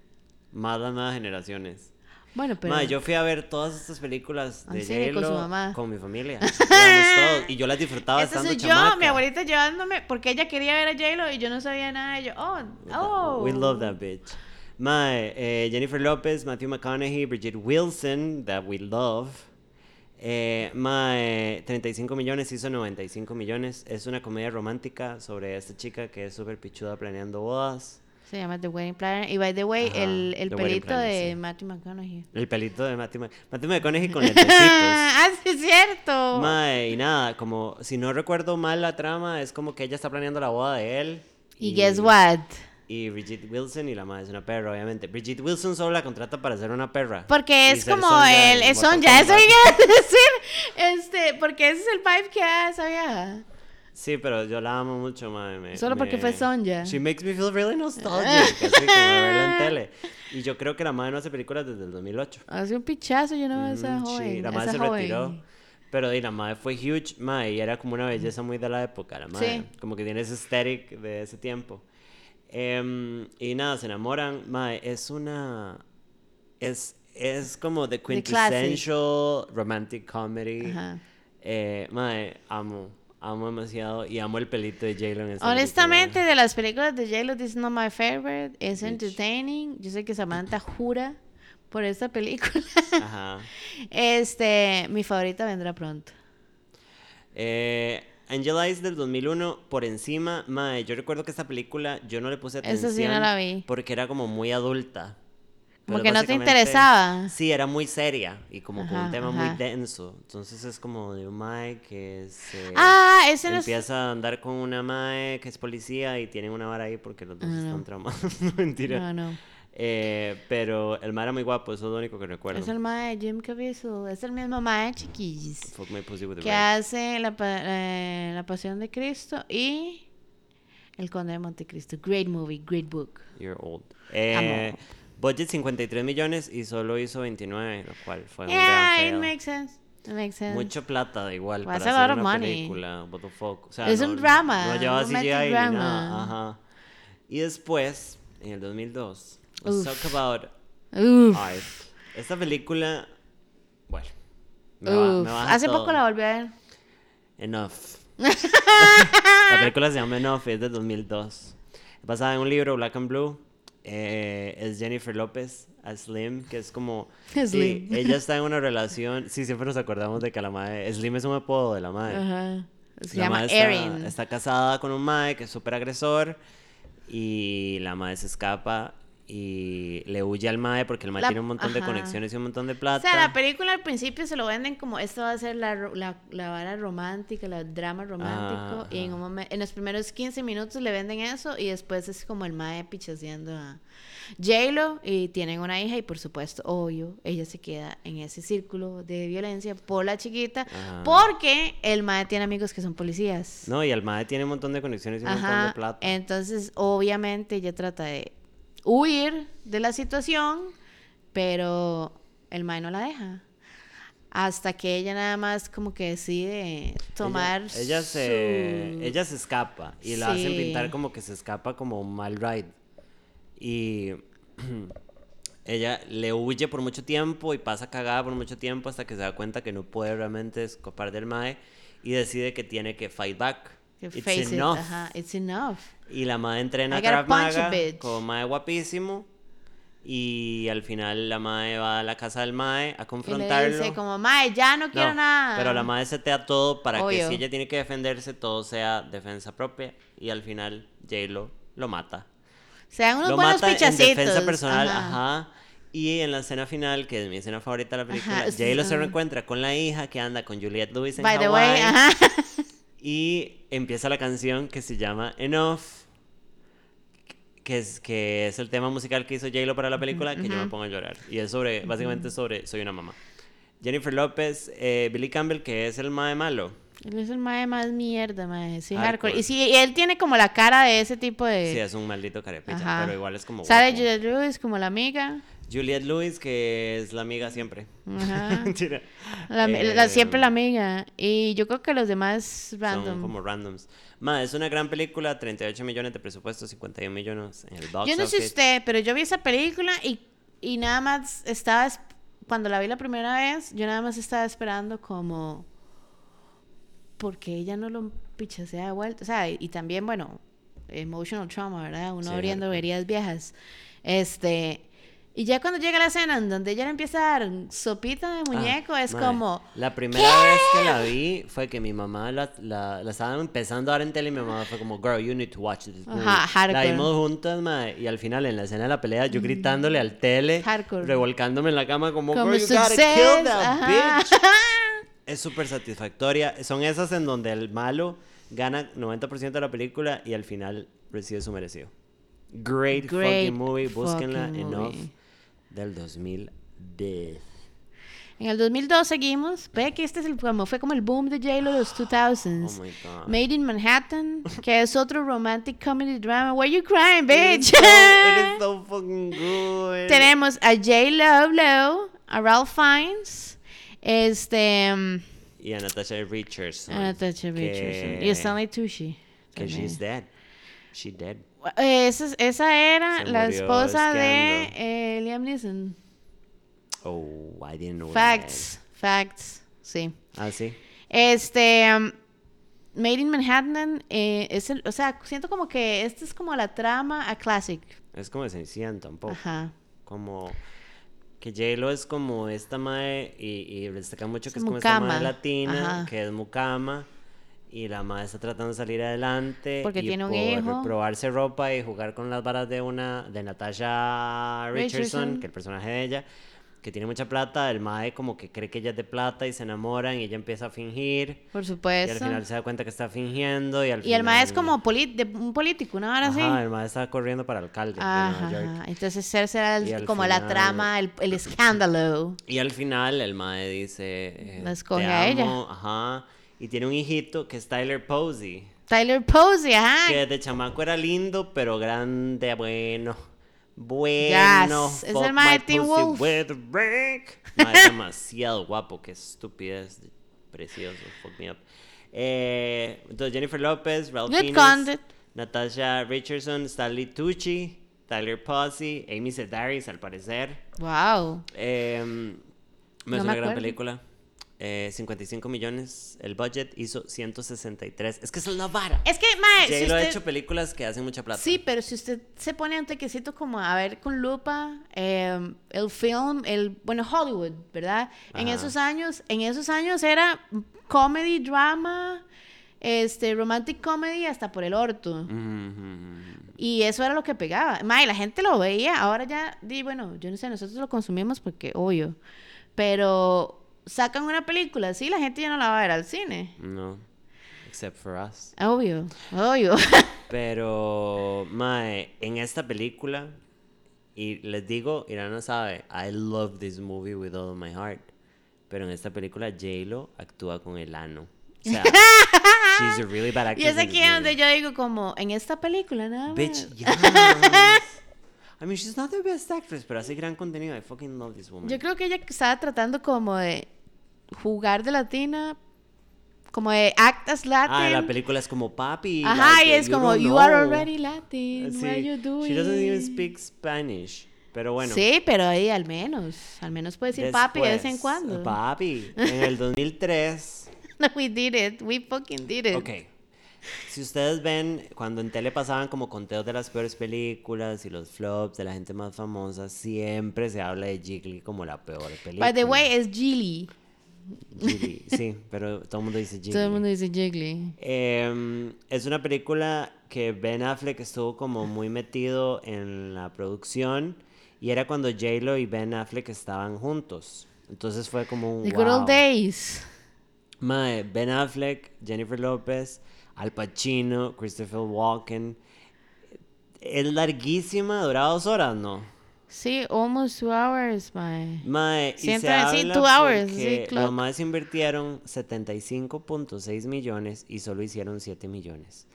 [SPEAKER 1] Más las nuevas generaciones.
[SPEAKER 2] Bueno, pero...
[SPEAKER 1] Mae, yo fui a ver todas estas películas
[SPEAKER 2] Al
[SPEAKER 1] de
[SPEAKER 2] cine con
[SPEAKER 1] J-Lo
[SPEAKER 2] su mamá.
[SPEAKER 1] con mi familia. Íbamos todos, y yo las disfrutaba
[SPEAKER 2] Esta
[SPEAKER 1] estando
[SPEAKER 2] soy yo,
[SPEAKER 1] chamaca.
[SPEAKER 2] mi abuelita llevándome, porque ella quería ver a J-Lo y yo no sabía nada. Y yo, oh, oh.
[SPEAKER 1] We love that bitch. Mae, eh, Jennifer Lopez, Matthew McConaughey, Bridget Wilson, that we love. Eh, mae, 35 millones, hizo 95 millones. Es una comedia romántica sobre esta chica que es súper pichuda planeando bodas.
[SPEAKER 2] Se llama The Wedding Planner. Y by the way,
[SPEAKER 1] Ajá,
[SPEAKER 2] el, el
[SPEAKER 1] The Wedding
[SPEAKER 2] pelito
[SPEAKER 1] Planner,
[SPEAKER 2] de
[SPEAKER 1] sí.
[SPEAKER 2] Matthew McConaughey.
[SPEAKER 1] El pelito de Matthew, Mc- Matthew McConaughey con lentecitos.
[SPEAKER 2] ah, sí, es cierto.
[SPEAKER 1] Mae, y nada, como si no recuerdo mal la trama, es como que ella está planeando la boda de él.
[SPEAKER 2] y, guess what?
[SPEAKER 1] Y Bridget Wilson y la madre es una perra, obviamente. Bridget Wilson solo la contrata para ser una perra.
[SPEAKER 2] Porque
[SPEAKER 1] Y
[SPEAKER 2] es
[SPEAKER 1] ser
[SPEAKER 2] como
[SPEAKER 1] Sonja
[SPEAKER 2] el.
[SPEAKER 1] en
[SPEAKER 2] Es
[SPEAKER 1] Mortal
[SPEAKER 2] Sonja, eso
[SPEAKER 1] Kombat.
[SPEAKER 2] hay que decir. Este, porque ese es el vibe que da esa vieja.
[SPEAKER 1] Sí, pero yo la amo mucho, madre. me-
[SPEAKER 2] Solo porque
[SPEAKER 1] me-
[SPEAKER 2] fue Sonja.
[SPEAKER 1] She makes me feel really nostalgic, así como de verla en tele. Y yo creo que la madre no hace películas desde el 2008.
[SPEAKER 2] Hace un pichazo, yo no veo a esa
[SPEAKER 1] Mm,
[SPEAKER 2] joven.
[SPEAKER 1] Sí, la
[SPEAKER 2] a
[SPEAKER 1] madre
[SPEAKER 2] esa
[SPEAKER 1] se
[SPEAKER 2] joven.
[SPEAKER 1] retiró. Pero y la madre fue huge, madre, y era como una belleza muy de la época, la madre.
[SPEAKER 2] Sí.
[SPEAKER 1] Como que tiene ese aesthetic de ese tiempo. Em, y nada, se enamoran, madre, es una... Es, es como the
[SPEAKER 2] classic.
[SPEAKER 1] quintessential romantic comedy.
[SPEAKER 2] Ajá.
[SPEAKER 1] Eh, madre, amo, amo demasiado y amo el pelito de Jalen. en esta
[SPEAKER 2] Honestamente,
[SPEAKER 1] película.
[SPEAKER 2] de las películas de J-Lo, this is not my favorite. Es
[SPEAKER 1] Bitch.
[SPEAKER 2] entertaining. Yo sé que Samantha jura por esta película.
[SPEAKER 1] Ajá.
[SPEAKER 2] este, mi favorita vendrá pronto.
[SPEAKER 1] Eh, Angela Eyes del 2001, por encima, mae, yo recuerdo que esta película yo no le puse
[SPEAKER 2] Esa sí
[SPEAKER 1] atención.
[SPEAKER 2] no la vi.
[SPEAKER 1] Porque era como muy adulta.
[SPEAKER 2] Como
[SPEAKER 1] Pero
[SPEAKER 2] que no te
[SPEAKER 1] básicamente-
[SPEAKER 2] interesaba.
[SPEAKER 1] Sí, era muy seria y como con
[SPEAKER 2] Ajá,
[SPEAKER 1] un tema
[SPEAKER 2] ajá.
[SPEAKER 1] muy denso. Entonces es como de un mae que se
[SPEAKER 2] ah, ese no es.
[SPEAKER 1] Eh, empieza a andar con una mae que es policía y tienen una vara ahí porque los dos
[SPEAKER 2] Ah, no.
[SPEAKER 1] están tramados. no, mentira.
[SPEAKER 2] No, no.
[SPEAKER 1] Eh, pero el mae era muy guapo, eso es lo único que recuerdo.
[SPEAKER 2] Es el mae de Jim Caviezel. Es el mismo mae de Chiquillis.
[SPEAKER 1] Fuck my pussy with a
[SPEAKER 2] Que
[SPEAKER 1] grape.
[SPEAKER 2] hace la, pa- eh, la Pasión de Cristo y El Conde de Montecristo. Great movie, great book.
[SPEAKER 1] You're old. Eh, budget 53 millones y solo hizo 29, lo cual fue un gran
[SPEAKER 2] Yeah, it
[SPEAKER 1] fail.
[SPEAKER 2] makes sense. It makes sense.
[SPEAKER 1] Pues Mucho plata da igual
[SPEAKER 2] Was
[SPEAKER 1] para
[SPEAKER 2] a lot
[SPEAKER 1] hacer
[SPEAKER 2] of
[SPEAKER 1] una
[SPEAKER 2] money.
[SPEAKER 1] película. What the fuck. O sea,
[SPEAKER 2] Es
[SPEAKER 1] no-
[SPEAKER 2] un drama,
[SPEAKER 1] No llevaba
[SPEAKER 2] romantic
[SPEAKER 1] CGI ni
[SPEAKER 2] drama.
[SPEAKER 1] nada. Ajá. Y después, en el 2002, let's
[SPEAKER 2] Uf.
[SPEAKER 1] talk about
[SPEAKER 2] Uf.
[SPEAKER 1] Art. Esta película, bueno, me ba- me
[SPEAKER 2] Uf,
[SPEAKER 1] baja
[SPEAKER 2] hace poco
[SPEAKER 1] todo.
[SPEAKER 2] la volví a ver.
[SPEAKER 1] Enough. la película se llama Enough, es de 2002. Es basada en un libro, Black and Blue. Eh, es Jennifer López, a Slim, que es como... sí,
[SPEAKER 2] Slim.
[SPEAKER 1] ella está en una relación... Sí, siempre nos acordamos de que la madre... Slim es un apodo de la madre.
[SPEAKER 2] Ajá. Se
[SPEAKER 1] La
[SPEAKER 2] llama
[SPEAKER 1] mae está-
[SPEAKER 2] Erin.
[SPEAKER 1] Está, casada con un mae que es súper agresor y la madre se escapa y le huye al mae porque el mae
[SPEAKER 2] La-
[SPEAKER 1] tiene un montón de
[SPEAKER 2] ajá.
[SPEAKER 1] conexiones y un montón de
[SPEAKER 2] O
[SPEAKER 1] plata.
[SPEAKER 2] sea, la película al principio se lo venden como esto va a ser la, ro- la, la vara romántica, la drama romántico. Y en, un momen- en los primeros 15 minutos le venden eso y después es como el mae pichaseando a J-Lo y tienen una hija y por supuesto, obvio, ella se queda en ese círculo de violencia por la chiquita
[SPEAKER 1] Ajá.
[SPEAKER 2] porque el mae tiene amigos que son policías.
[SPEAKER 1] No, y el mae tiene un montón de conexiones y un montón de
[SPEAKER 2] Ajá.
[SPEAKER 1] plata.
[SPEAKER 2] Entonces, obviamente, ella trata de huir de la situación, pero el mae no la deja. Hasta que ella nada más como que decide tomar
[SPEAKER 1] ella, ella
[SPEAKER 2] su-
[SPEAKER 1] se ella se escapa y la hacen
[SPEAKER 2] Sí.
[SPEAKER 1] pintar como que se escapa como un mal ride y ella le huye por mucho tiempo y pasa cagada por mucho tiempo hasta que se da cuenta que no puede realmente escapar del mae y decide que tiene que fight back
[SPEAKER 2] que
[SPEAKER 1] It's
[SPEAKER 2] face it,
[SPEAKER 1] enough.
[SPEAKER 2] ajá, it's enough.
[SPEAKER 1] y la mae entrena
[SPEAKER 2] I
[SPEAKER 1] a Krav
[SPEAKER 2] gotta punch
[SPEAKER 1] Maga
[SPEAKER 2] a bitch.
[SPEAKER 1] con mae guapísimo y al final la mae va a la casa del mae a
[SPEAKER 2] Y le
[SPEAKER 1] confrontarlo
[SPEAKER 2] dice como, mae, ya no quiero
[SPEAKER 1] no,
[SPEAKER 2] nada.
[SPEAKER 1] Pero la madre setea todo para que
[SPEAKER 2] Obvio.
[SPEAKER 1] si ella tiene que defenderse, todo sea defensa propia. Y al final, J-Lo lo mata.
[SPEAKER 2] se dan unos
[SPEAKER 1] lo
[SPEAKER 2] buenos
[SPEAKER 1] mata en
[SPEAKER 2] pichacitos.
[SPEAKER 1] defensa personal,
[SPEAKER 2] ajá.
[SPEAKER 1] ajá. Y en la escena final, que es mi escena favorita de la película,
[SPEAKER 2] Ajá, sí,
[SPEAKER 1] J-Lo se
[SPEAKER 2] ajá.
[SPEAKER 1] reencuentra con la hija que anda con Juliette Lewis en
[SPEAKER 2] By the
[SPEAKER 1] Hawái,
[SPEAKER 2] way, ajá.
[SPEAKER 1] Y empieza la canción que se llama Enough. Que es, que es el tema musical que hizo J-Lo para la película, que yo me pongo a llorar. Y es sobre, básicamente sobre Soy una mamá. Jennifer López, eh, Billy Campbell, que es el mae malo.
[SPEAKER 2] Él es el mae más mierda, mae. Sí,
[SPEAKER 1] Hardcore.
[SPEAKER 2] hardcore. Y sí, y él tiene como la cara de ese tipo de.
[SPEAKER 1] Sí, es un maldito carepicha,
[SPEAKER 2] Ajá.
[SPEAKER 1] pero igual es como
[SPEAKER 2] Sale
[SPEAKER 1] guapo.
[SPEAKER 2] Juliette Lewis como la amiga.
[SPEAKER 1] Juliette Lewis, que es la amiga siempre.
[SPEAKER 2] Ajá.
[SPEAKER 1] Mentira.
[SPEAKER 2] Ah. La- la-
[SPEAKER 1] Eh,
[SPEAKER 2] siempre la amiga. Y yo creo que los demás
[SPEAKER 1] Son
[SPEAKER 2] random.
[SPEAKER 1] como randoms. Ma, es una gran película, 38 millones de presupuesto, 51 millones en el box
[SPEAKER 2] Yo no sé
[SPEAKER 1] office.
[SPEAKER 2] usted, pero yo vi esa película y, y nada más estaba. es- Cuando la vi la primera vez, yo nada más estaba esperando como. Porque ella no lo pichasea de vuelta. O sea, y, y también, bueno, emotional trauma, ¿verdad? Uno
[SPEAKER 1] Sí,
[SPEAKER 2] abriendo
[SPEAKER 1] hardcore.
[SPEAKER 2] verías viejas. Este. Y ya cuando llega la escena en donde ella le empieza a dar sopita de
[SPEAKER 1] Ah,
[SPEAKER 2] muñeco, es
[SPEAKER 1] mae,
[SPEAKER 2] como.
[SPEAKER 1] La primera vez que la vi fue que mi mamá la, la, la estaba empezando a dar en tele y mi mamá fue como, girl, you need to watch this movie.
[SPEAKER 2] Ajá,
[SPEAKER 1] la
[SPEAKER 2] hardcore. Mm.
[SPEAKER 1] vimos juntas, mae, y al final en la escena de la pelea yo gritándole al tele,
[SPEAKER 2] Hardcore.
[SPEAKER 1] revolcándome en la cama como,
[SPEAKER 2] Como
[SPEAKER 1] girl, you gotta
[SPEAKER 2] success,
[SPEAKER 1] kill that
[SPEAKER 2] ajá.
[SPEAKER 1] bitch. Es súper satisfactoria. Son esas en donde el malo gana 90% de la película y al final recibe su merecido. Great,
[SPEAKER 2] Great
[SPEAKER 1] fucking movie.
[SPEAKER 2] fucking
[SPEAKER 1] Búsquenla en
[SPEAKER 2] movie.
[SPEAKER 1] Off del 2010.
[SPEAKER 2] En el 2002 seguimos. Ve que este es el, como, fue como el boom de J-Lo de los 2000s.
[SPEAKER 1] Oh my God.
[SPEAKER 2] Made in Manhattan, que es otro romantic comedy drama. Why you crying, bitch?
[SPEAKER 1] It is so, it is so fucking good.
[SPEAKER 2] Tenemos a J. Lowe, a Ralph Fiennes, este, mm,
[SPEAKER 1] Y a Natasha Richardson.
[SPEAKER 2] a Natasha
[SPEAKER 1] que-
[SPEAKER 2] Richardson y Stanley Tucci.
[SPEAKER 1] Que
[SPEAKER 2] también.
[SPEAKER 1] she's dead. She dead.
[SPEAKER 2] Eh, esa, es- esa era
[SPEAKER 1] Se
[SPEAKER 2] la
[SPEAKER 1] murió
[SPEAKER 2] esposa de
[SPEAKER 1] esquiando.
[SPEAKER 2] eh, Liam Neeson.
[SPEAKER 1] Oh, I didn't know
[SPEAKER 2] Facts, facts, sí.
[SPEAKER 1] that. Ah, sí.
[SPEAKER 2] Este, um, Made in Manhattan, eh, es el- o sea, siento como que esta es como la trama a classic.
[SPEAKER 1] Es como Cenicienta un poco.
[SPEAKER 2] Ajá.
[SPEAKER 1] Como que J-Lo es como esta mae y, y destaca mucho que es
[SPEAKER 2] Es
[SPEAKER 1] como esta
[SPEAKER 2] mucama,
[SPEAKER 1] mae latina,
[SPEAKER 2] ajá.
[SPEAKER 1] que es mucama. Y la madre está tratando de salir adelante.
[SPEAKER 2] Porque
[SPEAKER 1] y
[SPEAKER 2] tiene un
[SPEAKER 1] por
[SPEAKER 2] hijo.
[SPEAKER 1] Probarse ropa y jugar con las varas de una, de Natasha Richardson,
[SPEAKER 2] Richardson.
[SPEAKER 1] que es el personaje de ella, que tiene mucha plata. El mae como que cree que ella es de plata y se enamoran y ella empieza a fingir.
[SPEAKER 2] Por
[SPEAKER 1] Y al
[SPEAKER 2] supuesto.
[SPEAKER 1] final se da cuenta que está fingiendo. Y, al
[SPEAKER 2] Y el mae es
[SPEAKER 1] final- eh.
[SPEAKER 2] como poli- de- un político, ¿no? Ahora sí.
[SPEAKER 1] Ajá, el mae está corriendo para alcalde
[SPEAKER 2] Ajá,
[SPEAKER 1] de Nueva York.
[SPEAKER 2] ajá. Entonces esa era el-
[SPEAKER 1] Y al
[SPEAKER 2] como la
[SPEAKER 1] final-
[SPEAKER 2] trama, el, el escándalo.
[SPEAKER 1] Y al final el mae dice... eh,
[SPEAKER 2] La escoge
[SPEAKER 1] "Te
[SPEAKER 2] a ella".
[SPEAKER 1] amo", Ajá. Y tiene un hijito que es Tyler Posey.
[SPEAKER 2] Tyler Posey, ajá.
[SPEAKER 1] Que desde chamaco era lindo, pero grande, bueno. Bueno.
[SPEAKER 2] Yes, es
[SPEAKER 1] fuck
[SPEAKER 2] el mae
[SPEAKER 1] my
[SPEAKER 2] de Teen
[SPEAKER 1] pussy
[SPEAKER 2] Wolf.
[SPEAKER 1] with a brick. Mae, es demasiado guapo, qué estupidez. de- Precioso, fuck me up. Eh, entonces Jennifer López, Ralph
[SPEAKER 2] Good
[SPEAKER 1] Fiennes,
[SPEAKER 2] content.
[SPEAKER 1] Natasha Richardson, Stanley Tucci, Tyler Posey, Amy Sedaris al parecer.
[SPEAKER 2] Wow.
[SPEAKER 1] Eh,
[SPEAKER 2] No
[SPEAKER 1] es
[SPEAKER 2] me
[SPEAKER 1] una gran
[SPEAKER 2] acuerdo.
[SPEAKER 1] película. Eh, 55 millones. El budget hizo 163. Es que es una vara.
[SPEAKER 2] Es que, mae, si
[SPEAKER 1] J-Lo ha
[SPEAKER 2] usted-
[SPEAKER 1] hecho películas que hacen mucha plata.
[SPEAKER 2] Sí, pero si usted se pone un tequecito como a ver con lupa eh, el film, el bueno Hollywood, ¿verdad? En
[SPEAKER 1] Ajá.
[SPEAKER 2] esos años, en esos años era comedy, drama, este romantic comedy hasta por el orto.
[SPEAKER 1] Mm. Mhm.
[SPEAKER 2] Y eso era lo que pegaba. Mae, la gente lo veía. Ahora ya, di, bueno, yo no sé, nosotros lo consumimos porque obvio, pero sacan una película así, la gente ya no la va a ver al cine.
[SPEAKER 1] No. Except for us.
[SPEAKER 2] Obvio, obvio.
[SPEAKER 1] Pero, mae, en esta película, y les digo, Irana sabe, I love this movie with all my heart. Pero en esta película, J-Lo actúa con el ano. O sea, she's a really bad
[SPEAKER 2] y
[SPEAKER 1] actress.
[SPEAKER 2] es
[SPEAKER 1] in
[SPEAKER 2] aquí
[SPEAKER 1] this
[SPEAKER 2] donde
[SPEAKER 1] movie.
[SPEAKER 2] yo digo como en esta película nada más.
[SPEAKER 1] Bitch, yes. I mean, she's not the best actress, pero hace gran contenido. I fucking love this woman.
[SPEAKER 2] Yo creo que ella estaba tratando como de jugar de latina, como de act as Latin.
[SPEAKER 1] ah, la película es como papi.
[SPEAKER 2] Ajá,
[SPEAKER 1] like,
[SPEAKER 2] y es
[SPEAKER 1] you
[SPEAKER 2] como,
[SPEAKER 1] don't
[SPEAKER 2] you
[SPEAKER 1] know".
[SPEAKER 2] are already Latin,
[SPEAKER 1] Sí,
[SPEAKER 2] what are you doing?
[SPEAKER 1] She doesn't even speak Spanish. Pero bueno.
[SPEAKER 2] Sí, pero ahí al menos, al menos puede decir papi de vez en
[SPEAKER 1] después,
[SPEAKER 2] cuando.
[SPEAKER 1] Papi. En el 2003.
[SPEAKER 2] No, we did it, we fucking did it.
[SPEAKER 1] Ok. Si ustedes ven, cuando en tele pasaban como conteos de las peores películas y los flops de la gente más famosa, siempre se habla de Jiggly como la peor película.
[SPEAKER 2] By the way, es Gilly.
[SPEAKER 1] Jiggly, sí, pero todo el mundo dice Jiggly.
[SPEAKER 2] Todo el mundo dice Jiggly.
[SPEAKER 1] Em, es una película que Ben Affleck estuvo como muy metido en la producción y era cuando J-Lo y Ben Affleck estaban juntos. Entonces fue como un
[SPEAKER 2] The good
[SPEAKER 1] wow.
[SPEAKER 2] old days.
[SPEAKER 1] Mae, Ben Affleck, Jennifer López, Al Pacino, Christopher Walken. Es larguísima, duraba dos horas, ¿no?
[SPEAKER 2] Sí, almost two hours, my.
[SPEAKER 1] Mae, y se
[SPEAKER 2] Siento de- sí,
[SPEAKER 1] habla
[SPEAKER 2] two hours,
[SPEAKER 1] porque
[SPEAKER 2] sí,
[SPEAKER 1] los
[SPEAKER 2] clock.
[SPEAKER 1] más invirtieron 75.6 millones y solo hicieron 7 millones.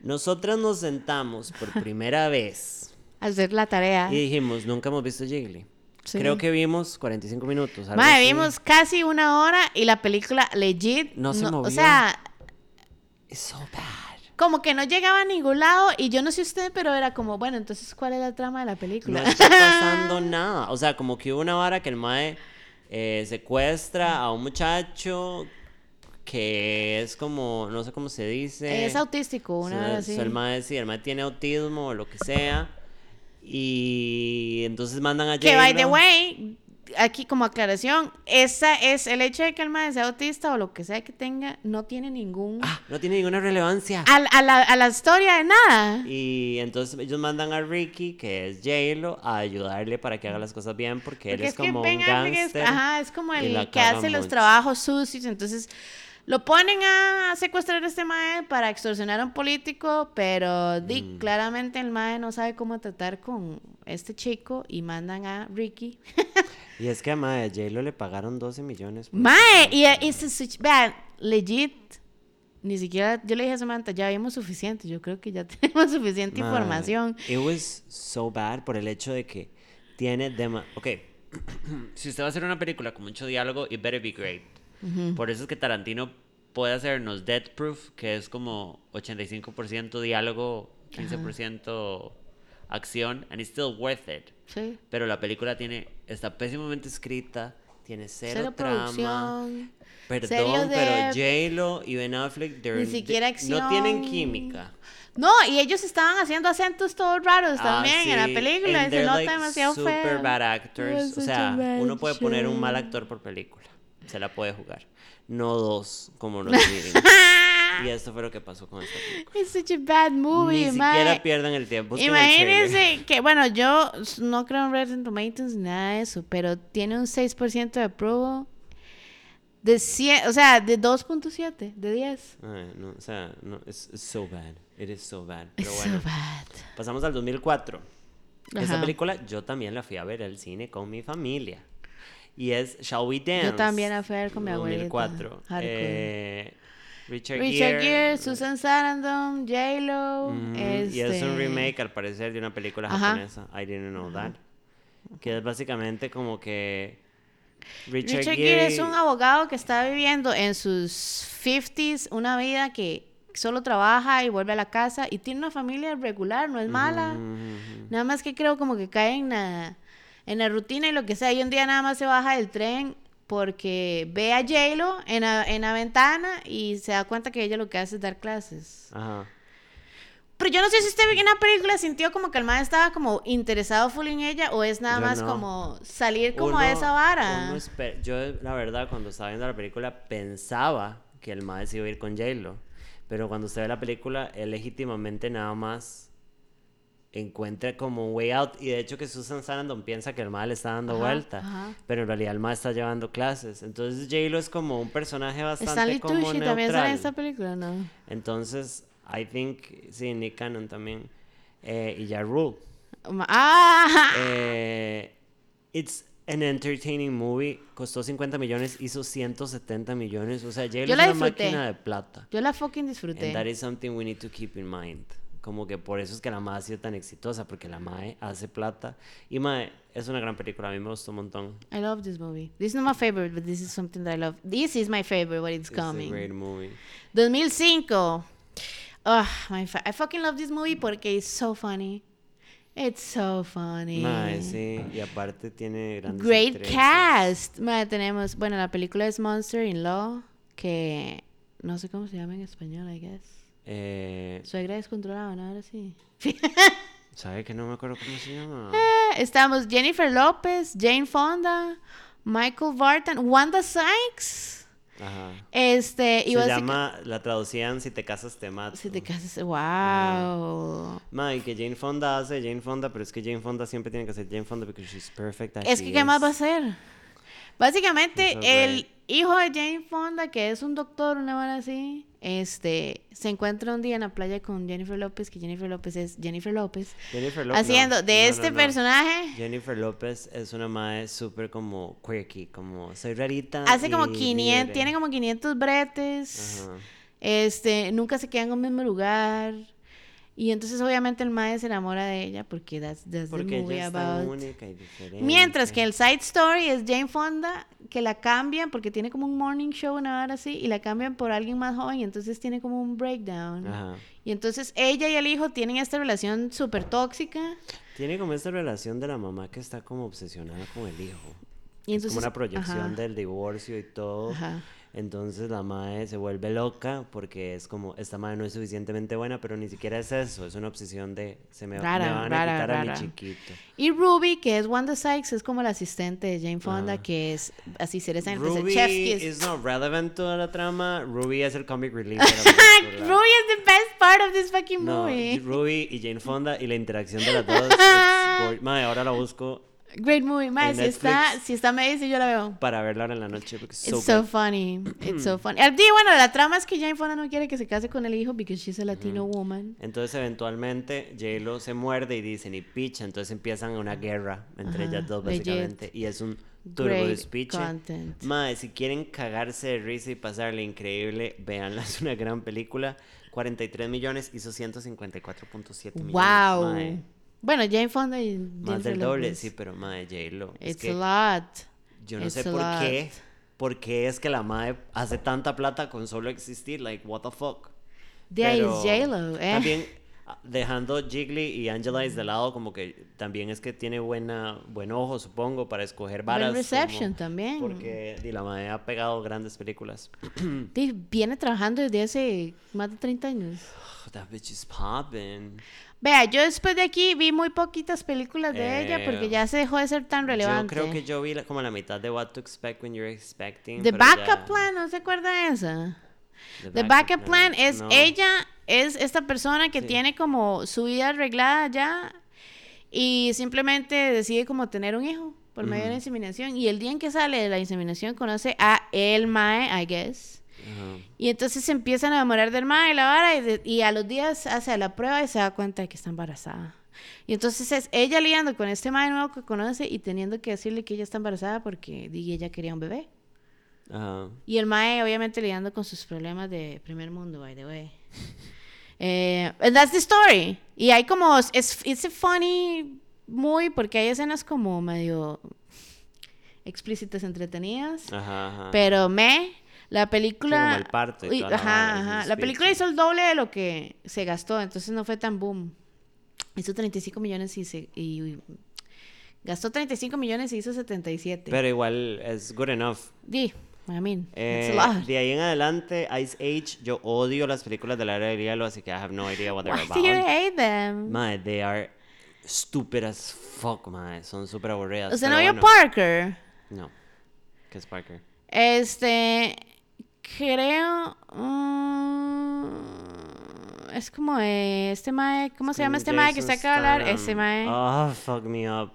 [SPEAKER 1] Nosotras nos sentamos por primera vez
[SPEAKER 2] Hacer la tarea.
[SPEAKER 1] y dijimos, nunca hemos visto Jiggly.
[SPEAKER 2] Sí.
[SPEAKER 1] Creo que vimos 45 minutos. algo
[SPEAKER 2] Madre,
[SPEAKER 1] así.
[SPEAKER 2] vimos casi una hora y la película legit.
[SPEAKER 1] No se
[SPEAKER 2] O
[SPEAKER 1] movió.
[SPEAKER 2] sea,
[SPEAKER 1] It's so bad.
[SPEAKER 2] como que no llegaba a ningún lado y yo no sé usted, pero era como, bueno, entonces, ¿cuál es la trama de la
[SPEAKER 1] No
[SPEAKER 2] película?
[SPEAKER 1] está pasando nada. O sea, como que hubo una vara que el mae eh, secuestra a un muchacho que es como, no sé cómo se dice.
[SPEAKER 2] es autístico, una hora
[SPEAKER 1] Sí,
[SPEAKER 2] así.
[SPEAKER 1] El mae, sí, el mae tiene autismo o lo que sea. Y entonces mandan a
[SPEAKER 2] Que, by
[SPEAKER 1] J-Lo.
[SPEAKER 2] the way, aquí como aclaración, esa es el hecho de que el mae sea autista o lo que sea que tenga, no tiene ningún...
[SPEAKER 1] Ah, no tiene ninguna relevancia.
[SPEAKER 2] A, la- a la, a la historia de nada.
[SPEAKER 1] Y entonces ellos mandan a Ricky, que es J-Lo, a ayudarle para que haga las cosas bien, porque, él
[SPEAKER 2] Porque
[SPEAKER 1] es, como
[SPEAKER 2] Ben
[SPEAKER 1] un
[SPEAKER 2] Affleck es-
[SPEAKER 1] gángster.
[SPEAKER 2] Ajá, es como
[SPEAKER 1] y
[SPEAKER 2] el
[SPEAKER 1] la
[SPEAKER 2] que
[SPEAKER 1] caga
[SPEAKER 2] hace los
[SPEAKER 1] mucho.
[SPEAKER 2] trabajos sucios. Entonces lo ponen a secuestrar a este mae para extorsionar a un político, pero di,
[SPEAKER 1] Mm.
[SPEAKER 2] claramente el mae no sabe cómo tratar con este chico y mandan a Ricky
[SPEAKER 1] Y es que mae, a J-Lo le pagaron 12 millones. por
[SPEAKER 2] Mae,
[SPEAKER 1] esa
[SPEAKER 2] y
[SPEAKER 1] canción.
[SPEAKER 2] ese switch, vean, legit, ni siquiera, yo le dije a Samantha, ya vimos suficiente, yo creo que ya tenemos suficiente
[SPEAKER 1] Mae,
[SPEAKER 2] información.
[SPEAKER 1] It was so bad por el hecho de que tiene dema... Ok, si usted va a hacer una película con mucho diálogo, it better be great. Por eso es que Tarantino puede hacernos Death Proof, que es como 85% diálogo, 15% acción, and it's still worth it.
[SPEAKER 2] Sí.
[SPEAKER 1] Pero la película tiene está pésimamente escrita, tiene cero,
[SPEAKER 2] Cero
[SPEAKER 1] trama.
[SPEAKER 2] producción.
[SPEAKER 1] Perdón,
[SPEAKER 2] serio
[SPEAKER 1] pero
[SPEAKER 2] de-
[SPEAKER 1] J-Lo y Ben Affleck they're-
[SPEAKER 2] Ni siquiera
[SPEAKER 1] no tienen
[SPEAKER 2] acción.
[SPEAKER 1] química.
[SPEAKER 2] No, y ellos estaban haciendo acentos todos
[SPEAKER 1] Ah,
[SPEAKER 2] raros también en la película, y se nota demasiado
[SPEAKER 1] super
[SPEAKER 2] feo.
[SPEAKER 1] bad actors.
[SPEAKER 2] Yes,
[SPEAKER 1] o
[SPEAKER 2] such
[SPEAKER 1] sea,
[SPEAKER 2] a bad
[SPEAKER 1] uno puede poner un mal
[SPEAKER 2] show.
[SPEAKER 1] actor por película. Se la puede jugar. No dos, como nos miren. y esto fue lo que pasó con esta película.
[SPEAKER 2] It's such a bad
[SPEAKER 1] Ni
[SPEAKER 2] movie, mae.
[SPEAKER 1] siquiera pierdan el tiempo. busquen el trailer.
[SPEAKER 2] Imagínense que, bueno, yo s- no creo en Rotten Tomatoes ni nada de eso, pero tiene un 6% de approval. De 100, o sea, de 2.7, de 10.
[SPEAKER 1] Ay, no, o sea, no, it's, it's so bad. It is so bad. Pero
[SPEAKER 2] It's so
[SPEAKER 1] bueno,
[SPEAKER 2] bad.
[SPEAKER 1] pasamos al 2004. Esta
[SPEAKER 2] Ajá.
[SPEAKER 1] película yo también la fui a ver al cine con mi familia. Y es Shall We Dance.
[SPEAKER 2] Yo también la fui a ver con mi abuelita.
[SPEAKER 1] 2004.
[SPEAKER 2] Hardcore.
[SPEAKER 1] Eh, Richard,
[SPEAKER 2] Richard Gere,
[SPEAKER 1] Gere.
[SPEAKER 2] Susan Sarandon, J-Lo.
[SPEAKER 1] Ujú,
[SPEAKER 2] este...
[SPEAKER 1] Y es un remake, al parecer, de una película
[SPEAKER 2] Ajá.
[SPEAKER 1] japonesa. I didn't know that. Que es básicamente como que.
[SPEAKER 2] Richard, Gere... es un abogado que está viviendo en sus 50s una vida que solo trabaja y vuelve a la casa y tiene una familia regular, no es mala.
[SPEAKER 1] Ujú.
[SPEAKER 2] Nada más que creo como que cae en la, en la rutina y lo que sea. Y un día nada más se baja del tren porque ve a J-Lo en la, en la ventana y se da cuenta que ella lo que hace es dar clases.
[SPEAKER 1] Ajá.
[SPEAKER 2] Pero yo no sé si usted en la película sintió como que el man estaba como interesado full en ella o es nada
[SPEAKER 1] Yo
[SPEAKER 2] más
[SPEAKER 1] no.
[SPEAKER 2] como salir como
[SPEAKER 1] Uno-
[SPEAKER 2] a esa vara.
[SPEAKER 1] uno espe- Yo, la verdad, cuando estaba viendo la película, pensaba que el mae se iba a ir con J-Lo. Pero cuando se ve la película, él legítimamente nada más encuentra como un way out. Y de hecho, que Susan Sarandon piensa que el mae le está dando
[SPEAKER 2] Ajá,
[SPEAKER 1] vuelta.
[SPEAKER 2] ajá.
[SPEAKER 1] Pero en realidad, el mae está llevando clases. Entonces, J-Lo es como un personaje bastante
[SPEAKER 2] Stanley
[SPEAKER 1] como
[SPEAKER 2] Tucci
[SPEAKER 1] neutral.
[SPEAKER 2] también sale en esta película, ¿no?
[SPEAKER 1] Entonces, I think, sí, Nick Cannon también. Eh, y ya Rule.
[SPEAKER 2] Ma- ¡Ah!
[SPEAKER 1] Eh, it's an entertaining movie. Costó 50 millones, hizo 170 millones. O sea, J-Lo es
[SPEAKER 2] la
[SPEAKER 1] una
[SPEAKER 2] disfruté.
[SPEAKER 1] máquina de plata.
[SPEAKER 2] Yo la fucking
[SPEAKER 1] And that
[SPEAKER 2] disfruté.
[SPEAKER 1] is something we need to keep in mind. Como que por eso es que la MAE ha sido tan exitosa, porque la MAE hace plata. Y MAE es una gran película, a mí me gustó un montón.
[SPEAKER 2] I love this movie. This is not my favorite, but this is something that I love. This is my favorite when it's
[SPEAKER 1] It's a
[SPEAKER 2] coming.
[SPEAKER 1] great movie.
[SPEAKER 2] 2005. Ugh, my fa- I fucking love this movie porque it's so funny. It's so funny.
[SPEAKER 1] Mae, sí. Y aparte tiene grandes
[SPEAKER 2] Great
[SPEAKER 1] actrices.
[SPEAKER 2] cast. Mae, tenemos, bueno, la película es Monster in Law, que no sé cómo se llama en español, I guess.
[SPEAKER 1] Eh,
[SPEAKER 2] Suegra descontrolada, ¿no? Ahora sí.
[SPEAKER 1] ¿Sabe que no me acuerdo cómo se llama?
[SPEAKER 2] Eh. Estamos Jennifer López, Jane Fonda, Michael Barton, Wanda Sykes.
[SPEAKER 1] Ajá.
[SPEAKER 2] Este, y
[SPEAKER 1] Se
[SPEAKER 2] básica-
[SPEAKER 1] llama, la traducían Si te casas te mato.
[SPEAKER 2] Si te casas, wow.
[SPEAKER 1] Ma, y que Jane Fonda hace Jane Fonda, pero es que Jane Fonda siempre tiene que ser Jane Fonda porque she's perfect. as
[SPEAKER 2] Es que,
[SPEAKER 1] she
[SPEAKER 2] ¿qué más
[SPEAKER 1] is.
[SPEAKER 2] va a ser? Básicamente,
[SPEAKER 1] Eso es
[SPEAKER 2] el
[SPEAKER 1] right.
[SPEAKER 2] hijo de Jane Fonda, que es un doctor, una vara así, este, se encuentra un día en la playa con Jennifer López, que Jennifer López es Jennifer López,
[SPEAKER 1] Jennifer Lopez.
[SPEAKER 2] haciendo de este personaje.
[SPEAKER 1] Jennifer López es una madre súper como quirky, como soy rarita.
[SPEAKER 2] Hace
[SPEAKER 1] y
[SPEAKER 2] como
[SPEAKER 1] libre.
[SPEAKER 2] 500, tiene como 500 bretes.
[SPEAKER 1] Ajá.
[SPEAKER 2] Este, nunca se quedan en el mismo lugar. Y entonces obviamente el mae se enamora de ella porque that's, that's the
[SPEAKER 1] Porque
[SPEAKER 2] movie
[SPEAKER 1] ella es tan
[SPEAKER 2] about.
[SPEAKER 1] única y diferente.
[SPEAKER 2] Mientras que el side story es Jane Fonda que la cambian porque tiene como un morning show una hora así y la cambian por alguien más joven y entonces tiene como un breakdown.
[SPEAKER 1] Ajá.
[SPEAKER 2] Y entonces ella y el hijo tienen esta relación súper tóxica
[SPEAKER 1] Tiene como esta relación de la mamá que está como obsesionada con el hijo.
[SPEAKER 2] y
[SPEAKER 1] es
[SPEAKER 2] entonces
[SPEAKER 1] como una proyección
[SPEAKER 2] ajá,
[SPEAKER 1] del divorcio y todo.
[SPEAKER 2] ajá.
[SPEAKER 1] Entonces la madre se vuelve loca porque es como, esta madre no es suficientemente buena, pero ni siquiera es eso, es una obsesión de, se me, me
[SPEAKER 2] Rara,
[SPEAKER 1] van a
[SPEAKER 2] rara,
[SPEAKER 1] quitar a mi
[SPEAKER 2] rara.
[SPEAKER 1] chiquito.
[SPEAKER 2] Y Ruby, que es Wanda Sykes, es como la asistente de Jane Fonda,
[SPEAKER 1] Ajá.
[SPEAKER 2] que es así cereza en el pastel,
[SPEAKER 1] Ruby
[SPEAKER 2] chef's kiss.
[SPEAKER 1] is not relevant toda la trama, Ruby es el comic relief. de la película.
[SPEAKER 2] Ruby is the best part of this fucking
[SPEAKER 1] No,
[SPEAKER 2] movie.
[SPEAKER 1] Ruby y Jane Fonda y la interacción de las dos. it's gor- Madre, ahora la busco
[SPEAKER 2] Great movie. Mae,
[SPEAKER 1] En
[SPEAKER 2] si está,
[SPEAKER 1] Netflix.
[SPEAKER 2] si está Macy, yo la veo.
[SPEAKER 1] para verla ahora en la noche porque es so
[SPEAKER 2] It's so
[SPEAKER 1] good.
[SPEAKER 2] funny. It's so funny. Ah, di, bueno, la trama es que Jane Fonda no quiere que se case con el hijo because she's a Latino woman.
[SPEAKER 1] Entonces eventualmente J-Lo se muerde y dicen y picha, entonces empiezan una guerra entre
[SPEAKER 2] Ajá,
[SPEAKER 1] ellas dos
[SPEAKER 2] legit.
[SPEAKER 1] básicamente y es un turbo eh.
[SPEAKER 2] Great
[SPEAKER 1] despiche.
[SPEAKER 2] content.
[SPEAKER 1] Mae, si quieren cagarse de risa y pasarle increíble, véanla, es una gran película. 43 millones hizo 154.7 millones.
[SPEAKER 2] Wow.
[SPEAKER 1] Mm, mae.
[SPEAKER 2] Bueno, Jane Fonda y
[SPEAKER 1] Más
[SPEAKER 2] Jennifer
[SPEAKER 1] del doble,
[SPEAKER 2] Lopez.
[SPEAKER 1] sí, pero mae J-Lo. es
[SPEAKER 2] It's
[SPEAKER 1] que
[SPEAKER 2] a lot.
[SPEAKER 1] yo no
[SPEAKER 2] It's
[SPEAKER 1] sé
[SPEAKER 2] a
[SPEAKER 1] por
[SPEAKER 2] lot.
[SPEAKER 1] qué, por qué es que la mae hace tanta plata con solo existir, like what the fuck.
[SPEAKER 2] De ahí
[SPEAKER 1] Pero
[SPEAKER 2] es J-Lo, eh.
[SPEAKER 1] También ah, dejando Jiggly y Angela de lado, como que también es que tiene buena, buen ojo, supongo, para escoger varas.
[SPEAKER 2] Buen reception
[SPEAKER 1] como-
[SPEAKER 2] también.
[SPEAKER 1] Porque di, la madre ha pegado grandes películas.
[SPEAKER 2] Di, viene trabajando desde hace más de 30 años.
[SPEAKER 1] Oh, that bitch is popping.
[SPEAKER 2] Vea, yo después de aquí vi muy poquitas películas de ella porque
[SPEAKER 1] Eh,
[SPEAKER 2] ya se dejó de ser tan relevante.
[SPEAKER 1] Yo creo que yo vi la- como la mitad de What to Expect When You're Expecting.
[SPEAKER 2] The
[SPEAKER 1] pero ya-
[SPEAKER 2] Backup Plan, ¿no se acuerda de esa?
[SPEAKER 1] The
[SPEAKER 2] The Backup Plan es
[SPEAKER 1] no.
[SPEAKER 2] ella, es esta persona que
[SPEAKER 1] Sí.
[SPEAKER 2] tiene como su vida arreglada ya y simplemente decide como tener un hijo por medio de la
[SPEAKER 1] Ujú.
[SPEAKER 2] inseminación y el día en que sale de la inseminación conoce a el mae, I guess.
[SPEAKER 1] Ajá.
[SPEAKER 2] Y entonces se empiezan a enamorar del mae la vara y, de- y a los días hace la prueba y se da cuenta de que está embarazada. Y entonces es ella lidiando con este mae nuevo que conoce y teniendo que decirle que ella está embarazada porque di, ella quería un bebé.
[SPEAKER 1] Ajá.
[SPEAKER 2] Y el mae, obviamente, lidiando con sus problemas de primer mundo, by the way. Eh, and that's the story. Y hay como, es it's a funny muy, porque hay escenas como medio explícitas, entretenidas.
[SPEAKER 1] Ajá. ajá.
[SPEAKER 2] Pero me, la película...
[SPEAKER 1] Sí, como el parto y
[SPEAKER 2] Uy,
[SPEAKER 1] toda la
[SPEAKER 2] ajá,
[SPEAKER 1] vara, es un
[SPEAKER 2] ajá. La
[SPEAKER 1] speech,
[SPEAKER 2] película
[SPEAKER 1] sí.
[SPEAKER 2] hizo el doble de lo que se gastó, entonces no fue tan boom. Hizo 35 millones y se... y- y- gastó 35 millones y hizo 77.
[SPEAKER 1] Pero igual es good enough.
[SPEAKER 2] Di, I mean, it's
[SPEAKER 1] Eh,
[SPEAKER 2] a lot.
[SPEAKER 1] de ahí en adelante, Ice Age, yo odio las películas del área de hielo, así que I have no idea what they're
[SPEAKER 2] Why do
[SPEAKER 1] about.
[SPEAKER 2] you hate them?
[SPEAKER 1] Mae, they are stupid as fuck, mae. Son súper aburridas.
[SPEAKER 2] Usted
[SPEAKER 1] pero
[SPEAKER 2] no vio
[SPEAKER 1] bueno.
[SPEAKER 2] Parker.
[SPEAKER 1] No. ¿Qué es Parker?
[SPEAKER 2] Este. Creo. mm, es como eh, este mae. ¿Cómo se llama este mae que
[SPEAKER 1] Jason
[SPEAKER 2] está acá de hablar?
[SPEAKER 1] Statham.
[SPEAKER 2] Este mae.
[SPEAKER 1] Ah, fuck me up.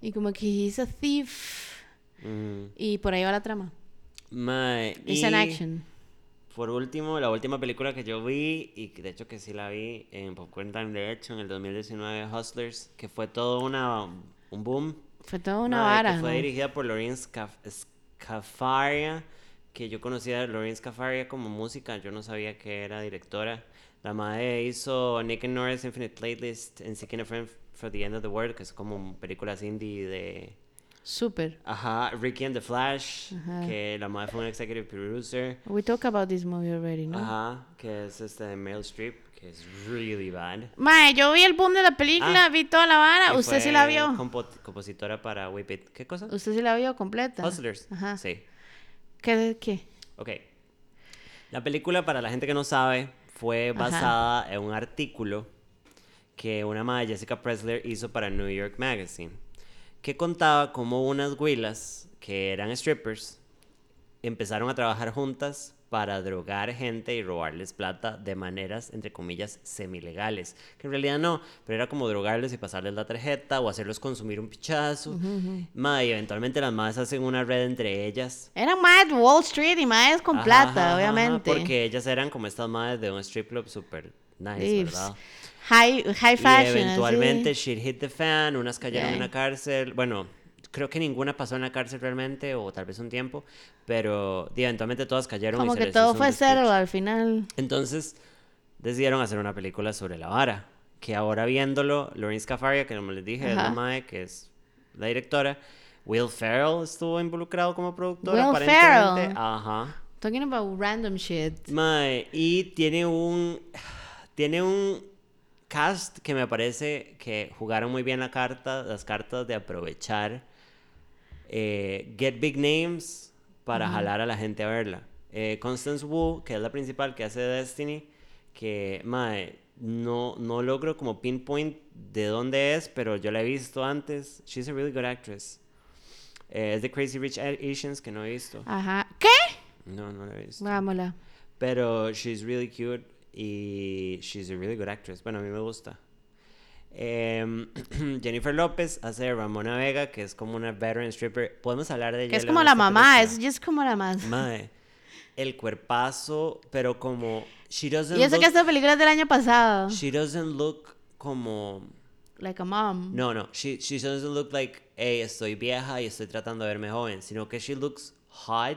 [SPEAKER 2] Y como que he's a thief.
[SPEAKER 1] Mm.
[SPEAKER 2] Y por ahí va la trama.
[SPEAKER 1] Mae,
[SPEAKER 2] It's
[SPEAKER 1] y
[SPEAKER 2] an action.
[SPEAKER 1] Por último, la última película que yo vi, y que de hecho que sí la vi en Popcorn Time, de hecho, en el 2019, Hustlers, que fue todo una, un boom.
[SPEAKER 2] Fue toda una
[SPEAKER 1] Mae,
[SPEAKER 2] vara.
[SPEAKER 1] Que fue
[SPEAKER 2] ¿no?
[SPEAKER 1] dirigida por Lawrence Scaf- Scafaria, que yo conocía a Lawrence Scafaria como música, yo no sabía que era directora. La madre hizo Nick and Norris Infinite Playlist and Seeking a Friend for the End of the World, que es como películas indie de...
[SPEAKER 2] Súper.
[SPEAKER 1] Ajá, Ricky and the Flash,
[SPEAKER 2] Ajá.
[SPEAKER 1] que la madre fue una executive producer.
[SPEAKER 2] We talked about this movie already, ¿no?
[SPEAKER 1] Ajá, que es este de Meryl Streep, que es really bad.
[SPEAKER 2] Mae, yo vi el boom de la película,
[SPEAKER 1] Ah.
[SPEAKER 2] vi toda la vara.
[SPEAKER 1] Que
[SPEAKER 2] Usted sí
[SPEAKER 1] fue
[SPEAKER 2] la vio.
[SPEAKER 1] compo- compositora para Whip It. ¿Qué cosa?
[SPEAKER 2] Usted sí la vio completa.
[SPEAKER 1] Hustlers.
[SPEAKER 2] Ajá.
[SPEAKER 1] Sí.
[SPEAKER 2] ¿Qué, ¿Qué?
[SPEAKER 1] Ok. La película, para la gente que no sabe, fue
[SPEAKER 2] Ajá.
[SPEAKER 1] basada en un artículo que una madre, Jessica Pressler, hizo para New York Magazine, que contaba cómo unas güilas que eran strippers empezaron a trabajar juntas para drogar gente y robarles plata de maneras, entre comillas, semilegales. Que en realidad no, pero era como drogarles y pasarles la tarjeta o hacerlos consumir un pichazo. Mae, y eventualmente las madres hacen una red entre ellas
[SPEAKER 2] Eran más de Wall Street y más con
[SPEAKER 1] Ajá, ajá,
[SPEAKER 2] plata,
[SPEAKER 1] ajá,
[SPEAKER 2] obviamente.
[SPEAKER 1] porque ellas eran como estas madres de un strip club super nice,
[SPEAKER 2] Lips.
[SPEAKER 1] ¿verdad?
[SPEAKER 2] High, high fashion.
[SPEAKER 1] y eventualmente
[SPEAKER 2] así.
[SPEAKER 1] shit hit the fan, unas cayeron
[SPEAKER 2] Yeah.
[SPEAKER 1] en la cárcel. Bueno, creo que ninguna pasó en la cárcel realmente, o tal vez un tiempo, pero di, eventualmente todas cayeron. y
[SPEAKER 2] Como
[SPEAKER 1] se
[SPEAKER 2] que
[SPEAKER 1] les
[SPEAKER 2] todo
[SPEAKER 1] hizo un
[SPEAKER 2] fue
[SPEAKER 1] despiche.
[SPEAKER 2] cero al final.
[SPEAKER 1] Entonces decidieron hacer una película sobre la vara. Que ahora viéndolo, Lawrence Cafaria, que como les dije, es la
[SPEAKER 2] Ajá.
[SPEAKER 1] madre, que es la directora. Will Ferrell estuvo involucrado como productor,
[SPEAKER 2] Will
[SPEAKER 1] aparentemente.
[SPEAKER 2] Ferrell.
[SPEAKER 1] Ajá.
[SPEAKER 2] Talking about random shit.
[SPEAKER 1] Mae, y tiene un. Tiene un cast que me parece que jugaron muy bien la carta, las cartas de aprovechar eh, Get Big Names para jalar a la gente a verla. Eh, Constance Wu, que es la principal que hace Destiny, que, mae, no, no logro como pinpoint de dónde es, pero yo la he visto antes. She's a really good actress. Eh, es de Crazy Rich Asians que no he visto.
[SPEAKER 2] Ajá. ¿Qué?
[SPEAKER 1] No, no la he visto.
[SPEAKER 2] Vámonos.
[SPEAKER 1] Pero she's really cute y she's a really good actress. Bueno, a mí me gusta. Em, Jennifer López hace de Ramona Vega, que es como una veteran stripper. Podemos hablar de ella.
[SPEAKER 2] Que es
[SPEAKER 1] luego
[SPEAKER 2] como
[SPEAKER 1] en
[SPEAKER 2] la
[SPEAKER 1] esta
[SPEAKER 2] mamá,
[SPEAKER 1] película?
[SPEAKER 2] es, ya es como la más.
[SPEAKER 1] Mae, el cuerpazo, pero como. She doesn't,
[SPEAKER 2] Yo sé
[SPEAKER 1] look,
[SPEAKER 2] que esta película es del año pasado.
[SPEAKER 1] she doesn't look como.
[SPEAKER 2] Like a mom.
[SPEAKER 1] No, no. She, she doesn't look like, hey, estoy vieja y estoy tratando de verme joven. Sino que she looks hot,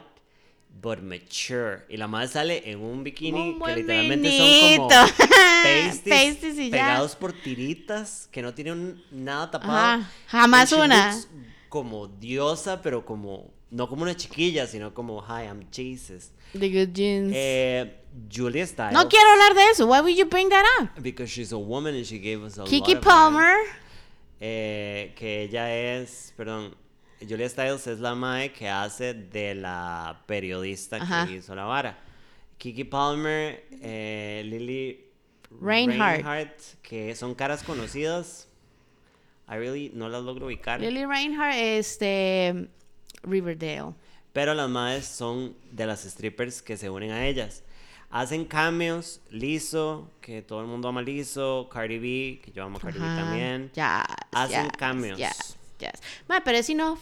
[SPEAKER 1] but mature. Y la madre sale en un bikini
[SPEAKER 2] Un
[SPEAKER 1] que
[SPEAKER 2] buen
[SPEAKER 1] literalmente son como
[SPEAKER 2] vinito.
[SPEAKER 1] pasties,
[SPEAKER 2] Pasties y ya.
[SPEAKER 1] pegados por tiritas que no tienen nada tapado.
[SPEAKER 2] Ajá, jamás
[SPEAKER 1] And she
[SPEAKER 2] una.
[SPEAKER 1] looks Como diosa, pero como. No como una chiquilla, sino como, hi, I'm Jesus.
[SPEAKER 2] The good jeans.
[SPEAKER 1] Eh, Julia Stiles.
[SPEAKER 2] no quiero hablar de eso. Why would you bring that up?
[SPEAKER 1] Because she's a woman and she gave us Pues a
[SPEAKER 2] Kiki
[SPEAKER 1] lot of them.
[SPEAKER 2] Palmer.
[SPEAKER 1] Eh, que ella es, perdón, Julia Stiles es la mae que hace de la periodista
[SPEAKER 2] Ajá.
[SPEAKER 1] que hizo la vara. Kiki Palmer, eh, Lily
[SPEAKER 2] Reinhardt.
[SPEAKER 1] Reinhardt, que son caras conocidas. I really no las logro ubicar.
[SPEAKER 2] Lily Reinhardt, este. Riverdale.
[SPEAKER 1] Pero las madres son de las strippers que se unen a ellas. Hacen cameos, Liso, que todo el mundo ama Liso, Cardi B, que yo amo a Cardi B
[SPEAKER 2] Ajá,
[SPEAKER 1] también.
[SPEAKER 2] Yes,
[SPEAKER 1] Hacen
[SPEAKER 2] yes,
[SPEAKER 1] cambios.
[SPEAKER 2] yes, yes. Ma, pero es enough.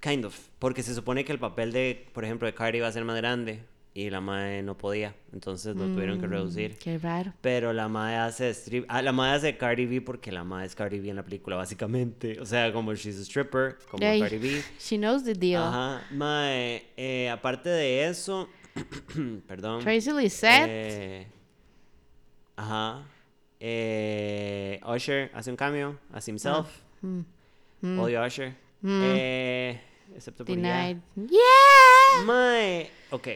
[SPEAKER 1] Kind of, porque se supone que el papel de, por ejemplo, de Cardi iba a ser más grande y la madre no podía, entonces lo tuvieron que reducir.
[SPEAKER 2] Qué raro.
[SPEAKER 1] Pero la madre hace strip, ah, la madre hace Cardi B porque la madre es Cardi B en la película básicamente, o sea, como she's a stripper, como
[SPEAKER 2] Ey,
[SPEAKER 1] Cardi B.
[SPEAKER 2] She knows the deal.
[SPEAKER 1] Ajá, mae, eh, aparte de eso, perdón.
[SPEAKER 2] Tracy Lissette.
[SPEAKER 1] eh, ajá. eh, Usher hace un cambio, as himself. Odio a Usher. eh, excepto por ya.
[SPEAKER 2] Denied. Yeah.
[SPEAKER 1] Mae, ok.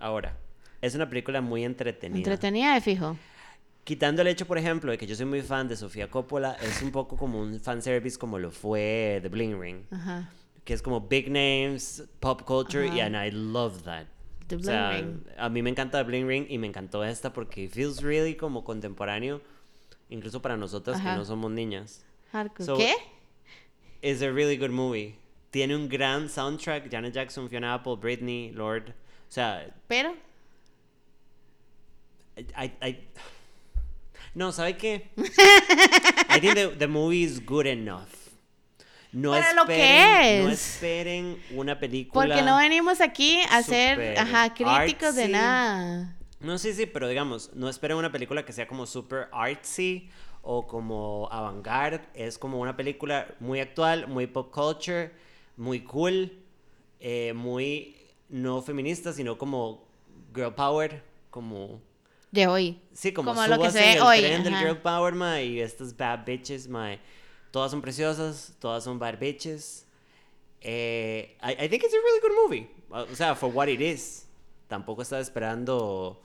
[SPEAKER 1] Ahora, es una película muy entretenida.
[SPEAKER 2] Entretenida de fijo.
[SPEAKER 1] Quitando el hecho, por ejemplo, de que yo soy muy fan de Sofía Coppola, es un poco como un fanservice como lo fue The Bling Ring.
[SPEAKER 2] Ajá.
[SPEAKER 1] Que es como big names, pop culture, y and I love that.
[SPEAKER 2] The
[SPEAKER 1] O
[SPEAKER 2] Bling
[SPEAKER 1] sea,
[SPEAKER 2] Ring.
[SPEAKER 1] a mí me encanta The Bling Ring y me encantó esta porque it feels really como contemporáneo, incluso para nosotras
[SPEAKER 2] Ajá.
[SPEAKER 1] que no somos niñas.
[SPEAKER 2] Hardcore.
[SPEAKER 1] So-
[SPEAKER 2] ¿Qué?
[SPEAKER 1] It's a really good movie. Tiene un gran soundtrack, Janet Jackson, Fiona Apple, Britney, Lord. O sea,
[SPEAKER 2] Pero.
[SPEAKER 1] I, I, I- No, ¿sabe qué? I think the, the movie is good enough. No
[SPEAKER 2] Para lo que
[SPEAKER 1] esperen- No
[SPEAKER 2] es.
[SPEAKER 1] esperen una película.
[SPEAKER 2] Porque no venimos aquí a ser
[SPEAKER 1] super
[SPEAKER 2] ajá, críticos de
[SPEAKER 1] artsy.
[SPEAKER 2] nada.
[SPEAKER 1] No, sí, sí, pero digamos, no esperen una película que sea como super artsy o como avant-garde. Es como una película muy actual, muy pop culture, muy cool, eh, muy no feminista, sino como girl power, como...
[SPEAKER 2] De hoy.
[SPEAKER 1] Sí, como,
[SPEAKER 2] Como
[SPEAKER 1] subas
[SPEAKER 2] lo que se
[SPEAKER 1] en
[SPEAKER 2] ve
[SPEAKER 1] el
[SPEAKER 2] hoy,
[SPEAKER 1] tren del
[SPEAKER 2] ajá.
[SPEAKER 1] girl power, mae, y estas bad bitches, mae. Todas son preciosas, todas son bad bitches. Eh, I, I think it's a really good movie. O sea, for what it is. Tampoco estaba esperando,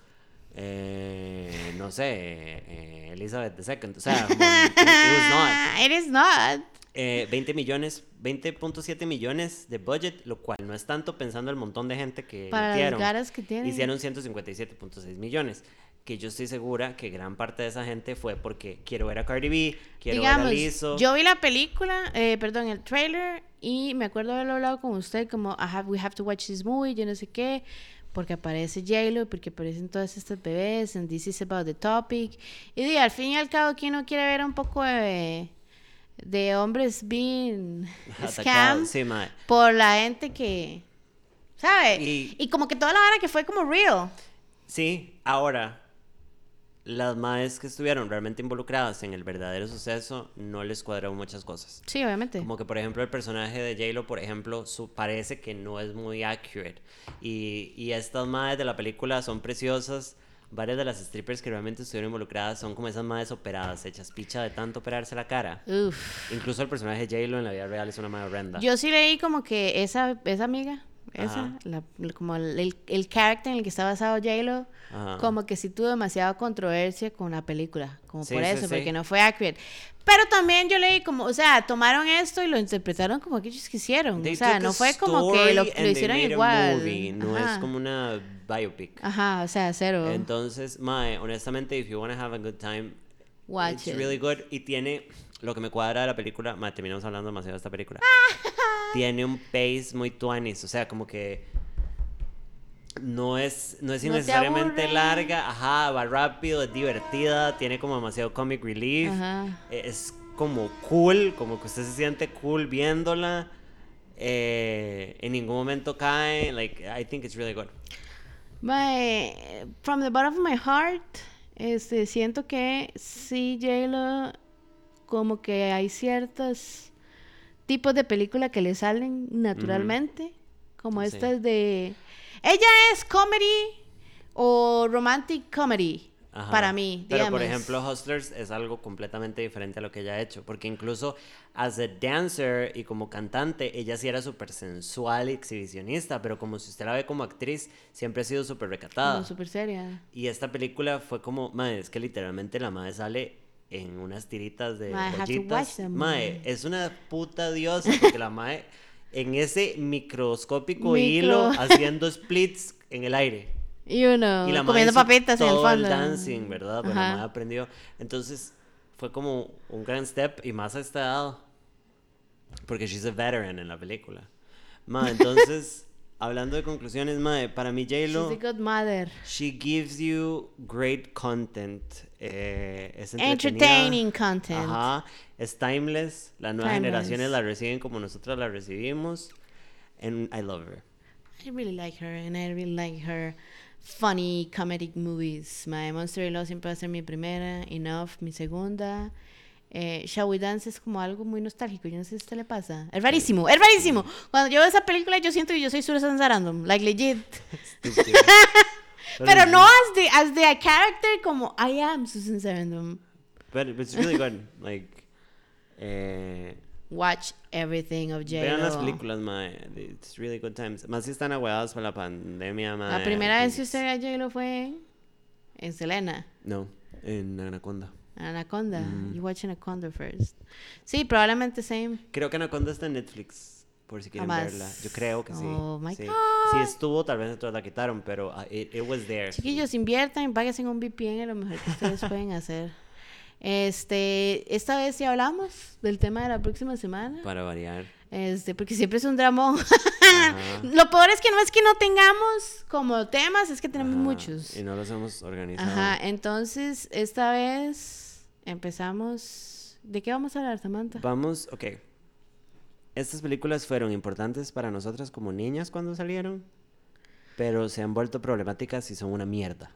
[SPEAKER 1] eh, no sé, eh, Elizabeth II. O sea, como, it, it was not.
[SPEAKER 2] It is not.
[SPEAKER 1] Eh, 20 millones, 20.7 millones de budget, lo cual no es tanto pensando el montón de gente que
[SPEAKER 2] Para las
[SPEAKER 1] metieron.
[SPEAKER 2] garas que tienen.
[SPEAKER 1] Hicieron 157.6 millones, que yo estoy segura que gran parte de esa gente fue porque quiero ver a Cardi B, quiero ver
[SPEAKER 2] Digamos,
[SPEAKER 1] a Lizzo.
[SPEAKER 2] yo vi la película, eh, perdón, el trailer, y me acuerdo haberlo hablado con usted, como, I have- we have to watch this movie, yo no sé qué, porque aparece J-Lo, porque aparecen todas estas bebés, and this is about the topic. Y di, al fin y al cabo, ¿quién no quiere ver un poco de, de hombres being
[SPEAKER 1] Atacado,
[SPEAKER 2] scam
[SPEAKER 1] sí, mae.
[SPEAKER 2] por la gente que, ¿sabe?
[SPEAKER 1] Y-
[SPEAKER 2] Y, como que toda la hora que fue como real.
[SPEAKER 1] Sí, ahora, las madres que estuvieron realmente involucradas en el verdadero suceso no les cuadraron muchas cosas.
[SPEAKER 2] Sí, obviamente.
[SPEAKER 1] Como que, por ejemplo, el personaje de J-Lo, por ejemplo, su- parece que no es muy accurate. Y, y estas madres de la película son preciosas. Varias de las strippers que realmente estuvieron involucradas son como esas madres operadas, hechas picha de tanto operarse la cara.
[SPEAKER 2] Uf.
[SPEAKER 1] Incluso el personaje de J-Lo en la vida real es una madre horrenda.
[SPEAKER 2] Yo sí leí como que esa, esa amiga,
[SPEAKER 1] Ajá.
[SPEAKER 2] esa, la- la- como el, el, el character en el que está basado J-Lo,
[SPEAKER 1] Ajá.
[SPEAKER 2] como que sí tuvo demasiada controversia con la película, como
[SPEAKER 1] Sí,
[SPEAKER 2] por
[SPEAKER 1] sí,
[SPEAKER 2] eso,
[SPEAKER 1] sí.
[SPEAKER 2] porque no fue accurate. Pero también yo leí como, o sea, tomaron esto y lo interpretaron como que ellos quisieron.
[SPEAKER 1] They
[SPEAKER 2] o sea,
[SPEAKER 1] took a
[SPEAKER 2] no fue como que lo,
[SPEAKER 1] story
[SPEAKER 2] lo
[SPEAKER 1] and they
[SPEAKER 2] hicieron
[SPEAKER 1] made a
[SPEAKER 2] igual.
[SPEAKER 1] movie. No
[SPEAKER 2] Ajá. Ah,
[SPEAKER 1] es como una biopic.
[SPEAKER 2] Ajá, o sea, cero.
[SPEAKER 1] Entonces, mae, honestamente, if you want to have a good time,
[SPEAKER 2] Watch
[SPEAKER 1] it's
[SPEAKER 2] it.
[SPEAKER 1] really good. Y tiene lo que me cuadra de la película, mae, terminamos hablando demasiado de esta película. tiene un pace muy tuanis, o sea, como que no es, no es
[SPEAKER 2] No te
[SPEAKER 1] innecesariamente
[SPEAKER 2] aburre.
[SPEAKER 1] larga, ajá, va rápido, es divertida, tiene como demasiado comic relief,
[SPEAKER 2] Ajá.
[SPEAKER 1] eh, es como cool, como que usted se siente cool viéndola, eh, en ningún momento cae, like, I think it's really good.
[SPEAKER 2] Mae, from the bottom of my heart, este, siento que sí, J-Lo, como que hay ciertos tipos de película que le salen naturalmente, como
[SPEAKER 1] Sí.
[SPEAKER 2] estas de... Ella es comedy o romantic comedy
[SPEAKER 1] Ajá.
[SPEAKER 2] para mí,
[SPEAKER 1] Pero por
[SPEAKER 2] digamos.
[SPEAKER 1] ejemplo, Hustlers es algo completamente diferente a lo que ella ha hecho, porque incluso as a dancer y como cantante, ella sí era súper sensual y exhibicionista, pero como si usted la ve como actriz, siempre ha sido súper recatada.
[SPEAKER 2] Como súper seria.
[SPEAKER 1] Y esta película fue como, mae, es que literalmente la madre sale en unas tiritas de
[SPEAKER 2] Mae, have to watch
[SPEAKER 1] joyitas.
[SPEAKER 2] them,
[SPEAKER 1] Mae,
[SPEAKER 2] mae.
[SPEAKER 1] es una puta diosa porque la madre en ese microscópico
[SPEAKER 2] Micro.
[SPEAKER 1] hilo haciendo splits en el aire.
[SPEAKER 2] Y uno
[SPEAKER 1] Y la mae
[SPEAKER 2] comiendo
[SPEAKER 1] hizo
[SPEAKER 2] papitas en el
[SPEAKER 1] todo
[SPEAKER 2] fondo.
[SPEAKER 1] dancing, ¿verdad? Pero la
[SPEAKER 2] Ajá.
[SPEAKER 1] madre aprendió. Entonces, fue como un gran step y más a esta edad. Porque she's a veteran en la película. Mae, entonces, hablando de conclusiones, mae, para mí J-Lo...
[SPEAKER 2] She's a good mother.
[SPEAKER 1] She gives you great content. eh, es entretenida.
[SPEAKER 2] Entertaining content.
[SPEAKER 1] Ajá. Es timeless. Las nuevas
[SPEAKER 2] Timeless.
[SPEAKER 1] generaciones la reciben como nosotros la recibimos. And I love her.
[SPEAKER 2] I really like her and I really like her funny comedic movies. My Monster in Law siempre va a ser mi primera, Enough mi segunda. Eh, Shall We Dance es como algo muy nostálgico, yo no sé si a usted le pasa. Es rarísimo, es rarísimo. Cuando yo veo esa película yo siento que yo soy Susan Sarandon, like legit.
[SPEAKER 1] Estúpida.
[SPEAKER 2] Pero
[SPEAKER 1] sí.
[SPEAKER 2] no as the, as the character como I am Susan Sarandon.
[SPEAKER 1] But pues, it's really good. Like. Eh,
[SPEAKER 2] Watch everything of J.
[SPEAKER 1] vean las películas, mae. It's really good times. Más si están aguadas por la pandemia, eh, mae.
[SPEAKER 2] La primera
[SPEAKER 1] I
[SPEAKER 2] vez
[SPEAKER 1] think
[SPEAKER 2] que usted
[SPEAKER 1] it's-
[SPEAKER 2] ve a J-Lo fue en- en Selena.
[SPEAKER 1] No, en Anaconda.
[SPEAKER 2] Anaconda.
[SPEAKER 1] Mm.
[SPEAKER 2] You watch Anaconda first. Sí, probablemente same.
[SPEAKER 1] Creo que Anaconda está en Netflix, por si quieren
[SPEAKER 2] Jamás.
[SPEAKER 1] verla. Yo creo que sí.
[SPEAKER 2] Oh, my
[SPEAKER 1] sí.
[SPEAKER 2] God.
[SPEAKER 1] Si estuvo, tal vez nosotros la quitaron, pero ah, it, it was there.
[SPEAKER 2] Chiquillos, inviertan, páguense un VPN, es lo mejor que ustedes pueden hacer. Este, esta vez sí hablamos del tema de la próxima semana.
[SPEAKER 1] Para variar.
[SPEAKER 2] Este, porque siempre es un dramón.
[SPEAKER 1] Ah. Ajá.
[SPEAKER 2] lo peor es que no es que no tengamos como temas, es que tenemos
[SPEAKER 1] Ajá.
[SPEAKER 2] muchos.
[SPEAKER 1] Y no los hemos organizado.
[SPEAKER 2] Ajá, entonces esta vez empezamos. ¿De qué vamos a hablar, Samantha?
[SPEAKER 1] Vamos, ok. Estas películas fueron importantes para nosotras como niñas cuando salieron, pero se han vuelto problemáticas y son una mierda.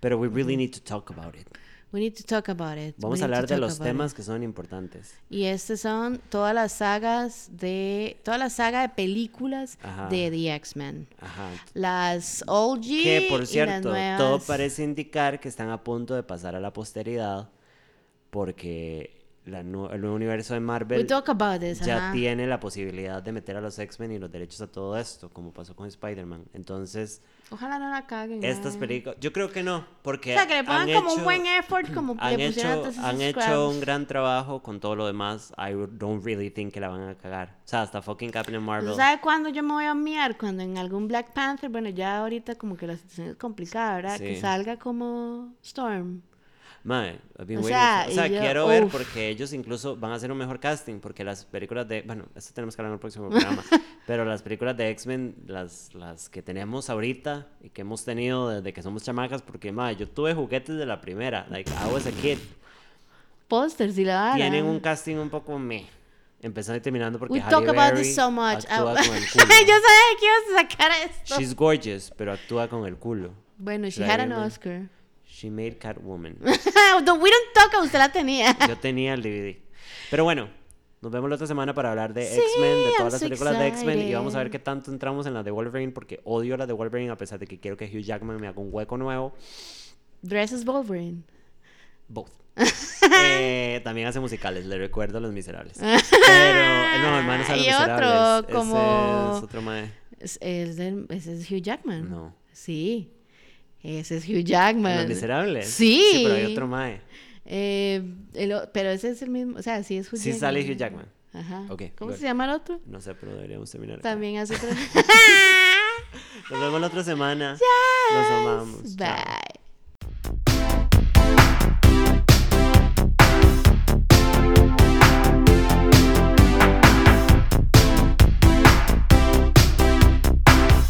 [SPEAKER 1] Pero we really need to talk about it.
[SPEAKER 2] We need to talk about it.
[SPEAKER 1] Vamos
[SPEAKER 2] We
[SPEAKER 1] a
[SPEAKER 2] need to
[SPEAKER 1] hablar de
[SPEAKER 2] talk
[SPEAKER 1] los
[SPEAKER 2] about it.
[SPEAKER 1] temas que son importantes.
[SPEAKER 2] Y estas son todas las sagas de. Toda la saga de películas
[SPEAKER 1] Ajá.
[SPEAKER 2] de The X-Men.
[SPEAKER 1] Ajá.
[SPEAKER 2] Las OG.
[SPEAKER 1] Que
[SPEAKER 2] y
[SPEAKER 1] por
[SPEAKER 2] las
[SPEAKER 1] cierto,
[SPEAKER 2] nuevas.
[SPEAKER 1] todo parece indicar que están a punto de pasar a la posteridad porque la nu- el nuevo universo de
[SPEAKER 2] We
[SPEAKER 1] Marvel
[SPEAKER 2] talk about this.
[SPEAKER 1] ya
[SPEAKER 2] ajá.
[SPEAKER 1] tiene la posibilidad de meter a los X-Men y los derechos a todo esto, como pasó con Spider-Man. Entonces,
[SPEAKER 2] Ojalá no la caguen.
[SPEAKER 1] estas
[SPEAKER 2] mae.
[SPEAKER 1] películas, yo creo que no, porque
[SPEAKER 2] O sea, que le pongan
[SPEAKER 1] han
[SPEAKER 2] como un
[SPEAKER 1] hecho-
[SPEAKER 2] buen effort, como
[SPEAKER 1] han
[SPEAKER 2] le pusieron a
[SPEAKER 1] hecho,
[SPEAKER 2] todos esos
[SPEAKER 1] han hecho
[SPEAKER 2] scrubs.
[SPEAKER 1] un gran trabajo con todo lo demás. I don't really think que la van a cagar. O sea, hasta fucking Captain Marvel.
[SPEAKER 2] ¿Usted sabe cuándo yo me voy a miar? Cuando en algún Black Panther, bueno, ya ahorita como que la situación es complicada, ¿verdad? Que
[SPEAKER 1] Sí.
[SPEAKER 2] salga como Storm.
[SPEAKER 1] Mae, I've been
[SPEAKER 2] O
[SPEAKER 1] waiting
[SPEAKER 2] sea,
[SPEAKER 1] for- o sea,
[SPEAKER 2] y yo-
[SPEAKER 1] quiero ver
[SPEAKER 2] uf.
[SPEAKER 1] porque ellos incluso van a hacer un mejor casting porque las películas de, bueno, esto tenemos que hablar en el próximo programa, pero las películas de X-Men, las, las que tenemos ahorita y que hemos tenido desde que somos chamacas, porque mae, yo tuve juguetes de la primera, like I was a kid.
[SPEAKER 2] Pósters y la vara.
[SPEAKER 1] Tienen un casting un poco me empezando y terminando porque
[SPEAKER 2] We
[SPEAKER 1] Halle
[SPEAKER 2] talk about
[SPEAKER 1] Berry
[SPEAKER 2] this so much.
[SPEAKER 1] actúa
[SPEAKER 2] Ah,
[SPEAKER 1] con el culo.
[SPEAKER 2] yo sabía que ibas a sacar esto.
[SPEAKER 1] She's gorgeous, pero actúa con el culo.
[SPEAKER 2] Bueno, she
[SPEAKER 1] Should I
[SPEAKER 2] had an
[SPEAKER 1] remember?
[SPEAKER 2] Oscar.
[SPEAKER 1] She made Catwoman.
[SPEAKER 2] Don't- We don't talk, usted la tenía.
[SPEAKER 1] Yo tenía el DVD. Pero bueno, nos vemos la otra semana para hablar de
[SPEAKER 2] Sí,
[SPEAKER 1] X-Men, de
[SPEAKER 2] I'm
[SPEAKER 1] todas las
[SPEAKER 2] so
[SPEAKER 1] películas de X-Men y vamos a ver
[SPEAKER 2] excited.
[SPEAKER 1] qué tanto entramos en las de Wolverine porque odio las de Wolverine a pesar de que quiero que Hugh Jackman me haga un hueco nuevo.
[SPEAKER 2] Dress as Wolverine.
[SPEAKER 1] Both. Eh, también hace musicales, le recuerdo a Los Miserables. Pero eh, no, hermanos a Los
[SPEAKER 2] Y otro,
[SPEAKER 1] Miserables. Ese
[SPEAKER 2] como-
[SPEAKER 1] es otro mae.
[SPEAKER 2] Es, es del- ese es Hugh Jackman.
[SPEAKER 1] No.
[SPEAKER 2] Sí. Ese es Hugh
[SPEAKER 1] ¿En
[SPEAKER 2] Jackman.
[SPEAKER 1] Los Miserables.
[SPEAKER 2] Sí.
[SPEAKER 1] Sí, pero hay otro mae.
[SPEAKER 2] Eh, el o- pero ese es el mismo. O sea, sí es Hugh
[SPEAKER 1] Sí
[SPEAKER 2] Jackman.
[SPEAKER 1] sale Hugh Jackman.
[SPEAKER 2] Ajá.
[SPEAKER 1] Ok,
[SPEAKER 2] ¿Cómo
[SPEAKER 1] good.
[SPEAKER 2] se llama el otro?
[SPEAKER 1] No sé, pero deberíamos terminar. acá.
[SPEAKER 2] También hace otro.
[SPEAKER 1] Nos vemos la otra semana. Los amamos. Chao.
[SPEAKER 2] Bye.